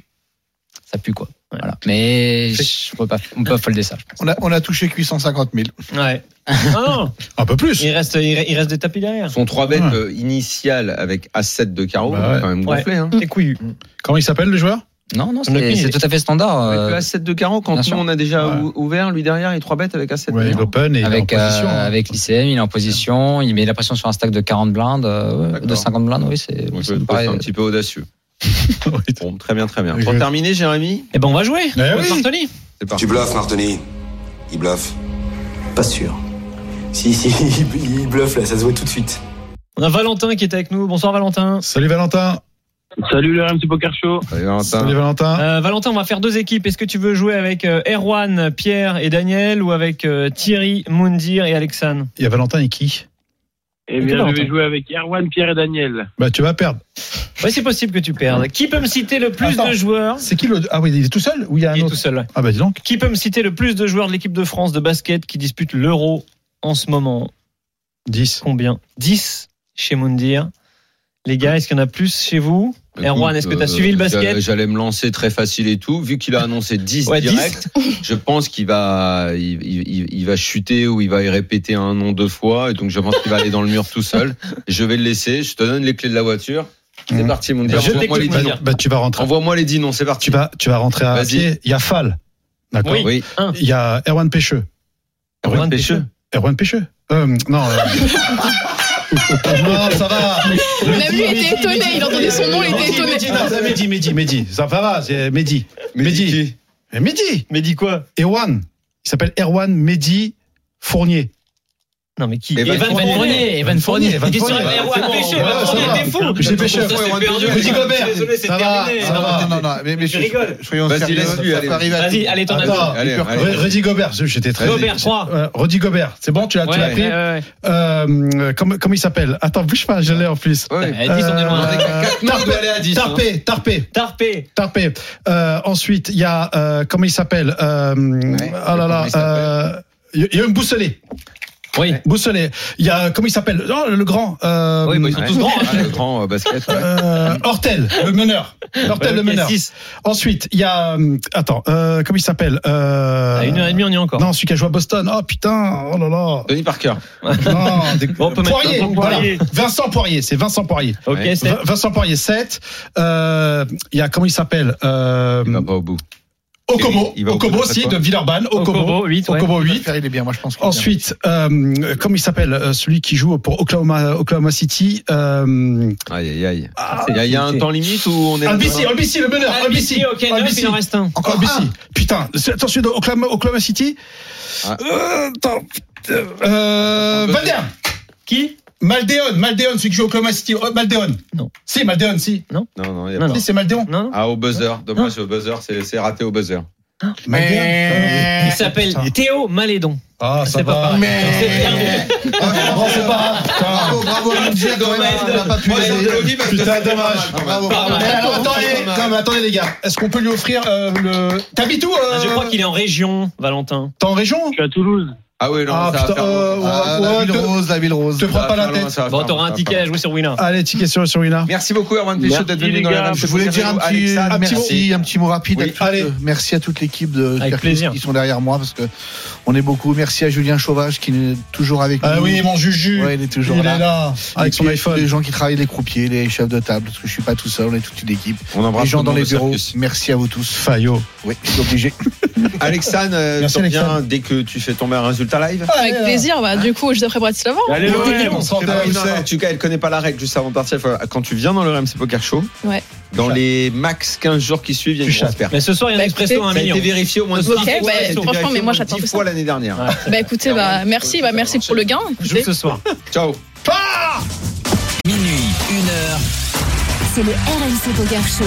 S4: ça pue quoi. Voilà. Mais je- on peut pas, on peut pas folder ça. je pense.
S5: On a, on a touché 850 000.
S10: Ouais. Non,
S2: Un peu
S10: non,
S2: plus.
S10: il reste, il re- il reste des tapis derrière.
S1: Son 3 bêtes
S2: Ouais.
S1: euh, initial avec A7 de carreau,
S2: Bah ouais.
S1: quand même
S10: Ouais.
S1: gonflé. Hein.
S10: T'es couillu.
S2: Mm. Comment il s'appelle le joueur
S4: Non, non,
S10: On a
S4: c'est
S10: aucune
S4: c'est
S10: idée.
S4: tout à fait standard.
S1: Avec le
S4: euh,
S1: A7 de carreau, quand
S4: bien
S1: nous,
S4: sûr.
S1: on a déjà
S2: Ouais.
S1: ou- ouvert, lui derrière, il 3 bêtes avec A7.
S2: Ouais, il est open et
S4: avec
S2: il est en position.
S4: euh,
S2: hein.
S4: avec l'ICM, il est en position, il met la pression sur un stack de 40 blindes, euh,
S1: D'accord.
S4: de 50 blindes, oui, c'est
S1: Donc,
S4: ça
S1: je
S4: me
S1: trouve
S4: paraît-
S1: ça un petit peu audacieux.
S2: Oui.
S1: Bon, très bien, très bien.
S2: Oui,
S1: Pour
S2: je-
S1: terminer, Jérémy,
S10: Eh ben, on va jouer.
S2: Eh
S10: On
S2: oui.
S10: Sartoli.
S1: c'est parti.
S11: Tu bluffes, Martoni. Il bluffe.
S12: Pas sûr. Si, si, il bluffe là, ça se voit tout de suite.
S10: On a Valentin qui est avec nous. Bonsoir, Valentin.
S2: Salut Valentin.
S13: Salut le RMC Poker Show.
S1: Salut, Valentin.
S2: Salut Valentin.
S10: Euh, Valentin, on va faire deux équipes. Est-ce que tu veux jouer avec euh, Erwan, Pierre et Daniel ou avec euh, Thierry, Moundir et Alexane
S2: Il y a Valentin et qui
S13: Eh
S10: Ok,
S13: bien, je
S10: Valentin.
S13: vais jouer avec Erwan, Pierre et Daniel.
S2: Bah tu vas perdre.
S10: Oui, c'est possible que tu perdes. Qui peut me citer le plus
S2: Hein Attends.
S10: de joueurs
S2: C'est qui le Ah oui, il est tout seul ou il y a un
S10: Il est
S2: autre
S10: tout seul. ouais.
S2: Ah bah dis donc.
S10: Qui peut me citer le plus de joueurs de l'équipe de France de basket qui dispute l'Euro en ce moment
S2: 10.
S10: Combien 10 chez Moundir. Les gars, est-ce qu'il y en a plus chez vous Erwan, est-ce que t'as
S1: euh,
S10: suivi le basket
S1: j'allais- J'allais me lancer très facile et tout. Vu qu'il a annoncé 10
S10: Ouais, 10.
S1: direct, je pense qu'il va, il, il- il va chuter ou il va y répéter un nom deux fois. Et donc, je pense qu'il va aller dans le mur tout seul. Je vais le laisser. Je te donne les clés de la voiture. C'est
S2: Mhm.
S1: parti, mon
S10: Je
S1: dieu.
S10: t'écoute,
S1: Envoie-moi les
S10: mon
S1: dix
S10: Dieu.
S1: noms.
S2: Bah, bah, tu vas rentrer.
S1: Envoie-moi les 10 noms. C'est parti.
S2: Tu vas tu vas rentrer à
S1: Vas-y.
S2: pied. Il y a Fall. D'accord.
S10: Oui.
S1: Oui.
S10: Un.
S2: Il y a Erwan Pêcheux.
S1: Erwan
S10: Erwan
S1: Pêcheux.
S2: Erwan Pêcheux. Euh, non. euh, non, ça va.
S3: Même lui était étonné, il entendait son nom, il était
S2: Mehdi,
S3: étonné.
S2: Mehdi, non, c'est Mehdi, Mehdi, Mehdi. Ça ça va, c'est Mehdi. Mehdi. Mais Mehdi.
S10: Mais dis quoi
S2: Erwan. Il s'appelle Erwan Mehdi Fournier.
S10: Non, mais qui
S1: Evan Fournier.
S4: Evan Fournier.
S2: Evan
S10: Question
S2: Fournier.
S10: à Erwan
S1: Ouais,
S10: Pêcheux,
S1: ça
S10: Evan
S1: va.
S10: Fournier, t'es fou
S2: J'ai Pêcheux.
S1: Ouais, ouais, Pêcheux.
S2: Rudy Gobert.
S10: Désolé, c'est
S2: Ça va,
S10: terminé.
S2: ça va.
S5: Non, non, non, mais, mais
S10: Je rigole.
S5: Soyons
S1: Vas-y,
S5: sérieux.
S1: laisse-lui,
S5: ça
S1: allez.
S5: peut arriver à
S10: Vas-y,
S5: tout.
S10: allez, t'en as
S2: Attends.
S10: deux.
S1: Allez,
S5: Hyper
S1: allez.
S2: Ru- Rudy Gobert, j'étais très.
S10: Gobert,
S2: Ouais,
S10: 3.
S2: Rudy Gobert, c'est bon, tu l'as tu l'as pris Euh, comment, comment il s'appelle Attends, bouge pas, je l'ai en plus.
S1: Ouais.
S10: Eh, dix, on est loin.
S1: On est qu'à quatre noms, on doit aller à dix, hein.
S2: Euh, Tarpé, Tarpé,
S10: Tarpé.
S2: Tarpé. Euh, ensuite, il y a euh, comment il s'appelle euh, Oh là là.
S1: comment il
S2: euh, Il y a un boussolet.
S10: Oui.
S2: Boussolet. Il y a comment il s'appelle Oh, Le grand. Euh,
S10: Oui, bah, ils sont
S1: Ouais.
S10: tous grands.
S1: Ah, le grand euh, basket. ouais.
S2: euh, Hortel, le meneur. Hortel, le meneur.
S10: 6.
S2: Ensuite, il y a euh, attends, euh, comment il s'appelle euh,
S10: À une heure et demie, on y est encore.
S2: Non, celui qui a joué à Boston. Oh putain, oh là là.
S1: Tony Parker.
S2: Non, des-
S10: Bon, on peut mettre
S2: Poirier,
S10: Vincent
S2: voilà.
S10: Poirier.
S2: Vincent Poirier, c'est Vincent Poirier.
S10: Ok,
S1: Ouais.
S10: c'est
S2: Vin- Vincent Poirier 7. Euh, il y a comment il s'appelle euh,
S1: Il va pas au bout.
S2: Okobo,
S1: Il va au bout,
S2: Okobo
S1: d'après
S2: aussi
S1: toi
S2: de Villeurbanne, Okobo.
S10: Okobo, 8. ouais.
S2: Okobo
S5: Oui.
S2: 8.
S5: il est bien, moi je pense. qu'il est bien.
S2: Ensuite, euh, comment il s'appelle euh, celui qui joue pour Oklahoma, Oklahoma City euh,
S1: Aïe, aïe, aïe.
S2: Ah,
S1: Il y a- il y a un temps limite ou on est.
S2: Albissi, Albissi, le meneur, Albissi,
S10: Albici, ok, neuf,
S2: Albissi.
S10: il en reste un.
S2: Encore Albissi. Oh, ah. Putain, c'est- attends, celui de Oklahoma, Oklahoma City.
S1: Ah.
S2: Euh, attends, euh, euh, Van Der.
S10: Qui
S2: Maldeon, Maldeon, celui qui joue au Oklahoma City. Oh, Maldeon.
S10: Non.
S2: Si, Maldeon, si.
S1: Non, non, il y a
S10: Non, non.
S1: pas.
S2: Si, c'est Maldeon.
S10: Non, non.
S1: Ah, au buzzer. Dommage, au buzzer, c'est c'est raté au buzzer.
S2: Maldeon.
S10: Il s'appelle
S2: Putain.
S10: Théo Malédon.
S2: Ah, ça
S10: C'est pas
S2: va.
S10: pareil.
S2: Ah, je comprends, c'est pas grave.
S5: Bravo, bravo, Lindsay, dommage, on n'a pas pu
S1: Moi, j'ai
S5: l'aider.
S1: applaudi parce que
S2: Putain,
S1: c'était pas
S2: dommage.
S1: mal, quand même.
S5: Bravo.
S10: Pas mal.
S2: Mais alors, attendez, non, mais attendez, les gars, est-ce qu'on peut lui offrir euh, le. T'habites où euh,
S10: Ah, Je crois qu'il est en région, Valentin.
S2: T'es en région
S13: Je suis à Toulouse.
S1: Ah oui, non,
S2: Ah,
S1: ça va
S2: putain,
S1: faire
S2: euh,
S1: long.
S2: Ouais,
S5: Ah, la ville
S2: te-
S5: rose, la ville rose. Ah,
S2: Te prends pas
S1: Ça va
S2: la
S1: faire long,
S2: tête.
S1: ça va
S10: Bon,
S1: faire
S10: t'auras
S1: long,
S10: un
S1: ça va
S10: ticket
S1: faire
S10: à jouer sur Winner.
S2: Allez, ticket sur, sur Wina.
S1: long. Merci beaucoup, Erwan Péchaud,
S13: Merci,
S1: d'être venu
S13: les
S1: dans
S13: gars.
S1: la
S5: Je voulais dire un petit,
S1: Alexandre,
S5: un petit mot,
S1: merci.
S5: oui, un petit mot rapide.
S1: Oui,
S5: à toute-
S2: allez.
S5: euh, merci à toute l'équipe de
S10: Avec
S5: Circus
S10: plaisir.
S5: qui sont derrière moi parce que on est beaucoup. Merci à Julien Chauvage qui est toujours avec
S2: Ah
S5: nous.
S2: oui, mon Juju.
S5: Ouais, il est toujours
S2: il
S5: là.
S2: est là, avec
S5: Et
S2: son
S5: puis, Les
S2: iPhone.
S5: gens qui travaillent, les croupiers, les chefs de table, parce que je suis pas tout seul, on est toute une équipe.
S1: On embrasse
S5: les gens
S1: tout
S5: dans
S1: le
S5: les
S1: monde au
S5: bureaux.
S1: Circus.
S5: Merci à vous tous.
S2: Fayot.
S5: Oui, je suis obligé.
S1: Alexandre, euh,
S2: Merci,
S1: tu reviens
S2: Alexandre.
S1: dès que tu fais tomber un résultat live.
S3: Avec plaisir, bah, du coup, juste après Bratislava.
S13: Allez,
S2: Ouais,
S13: l'OM.
S2: on se rendait-
S1: Ah oui, non, non, en tout cas, elle connaît pas la règle juste avant de partir. il faut- Quand tu viens dans le RMC Poker Show,
S3: Ouais.
S1: dans
S2: Tu
S1: les max 15 jours qui suivent, il y a une
S2: Tu
S1: grosse perte.
S10: Mais ce soir, il y a un
S3: Bah,
S10: expresso à un
S1: Ça a
S10: million.
S1: été vérifié au moins
S10: Ok,
S1: 10
S10: bah,
S1: fois. ça a été
S10: franchement,
S1: vérifié
S3: mais
S1: au
S3: moi,
S1: moins
S3: j'attends
S1: 10
S3: que
S1: fois l'année dernière.
S3: Bah écoutez, bah, merci, bah, merci pour le gain.
S10: Joue ce soir.
S1: Ciao.
S6: Minuit, 1 heure.
S7: C'est le RMC Poker Show.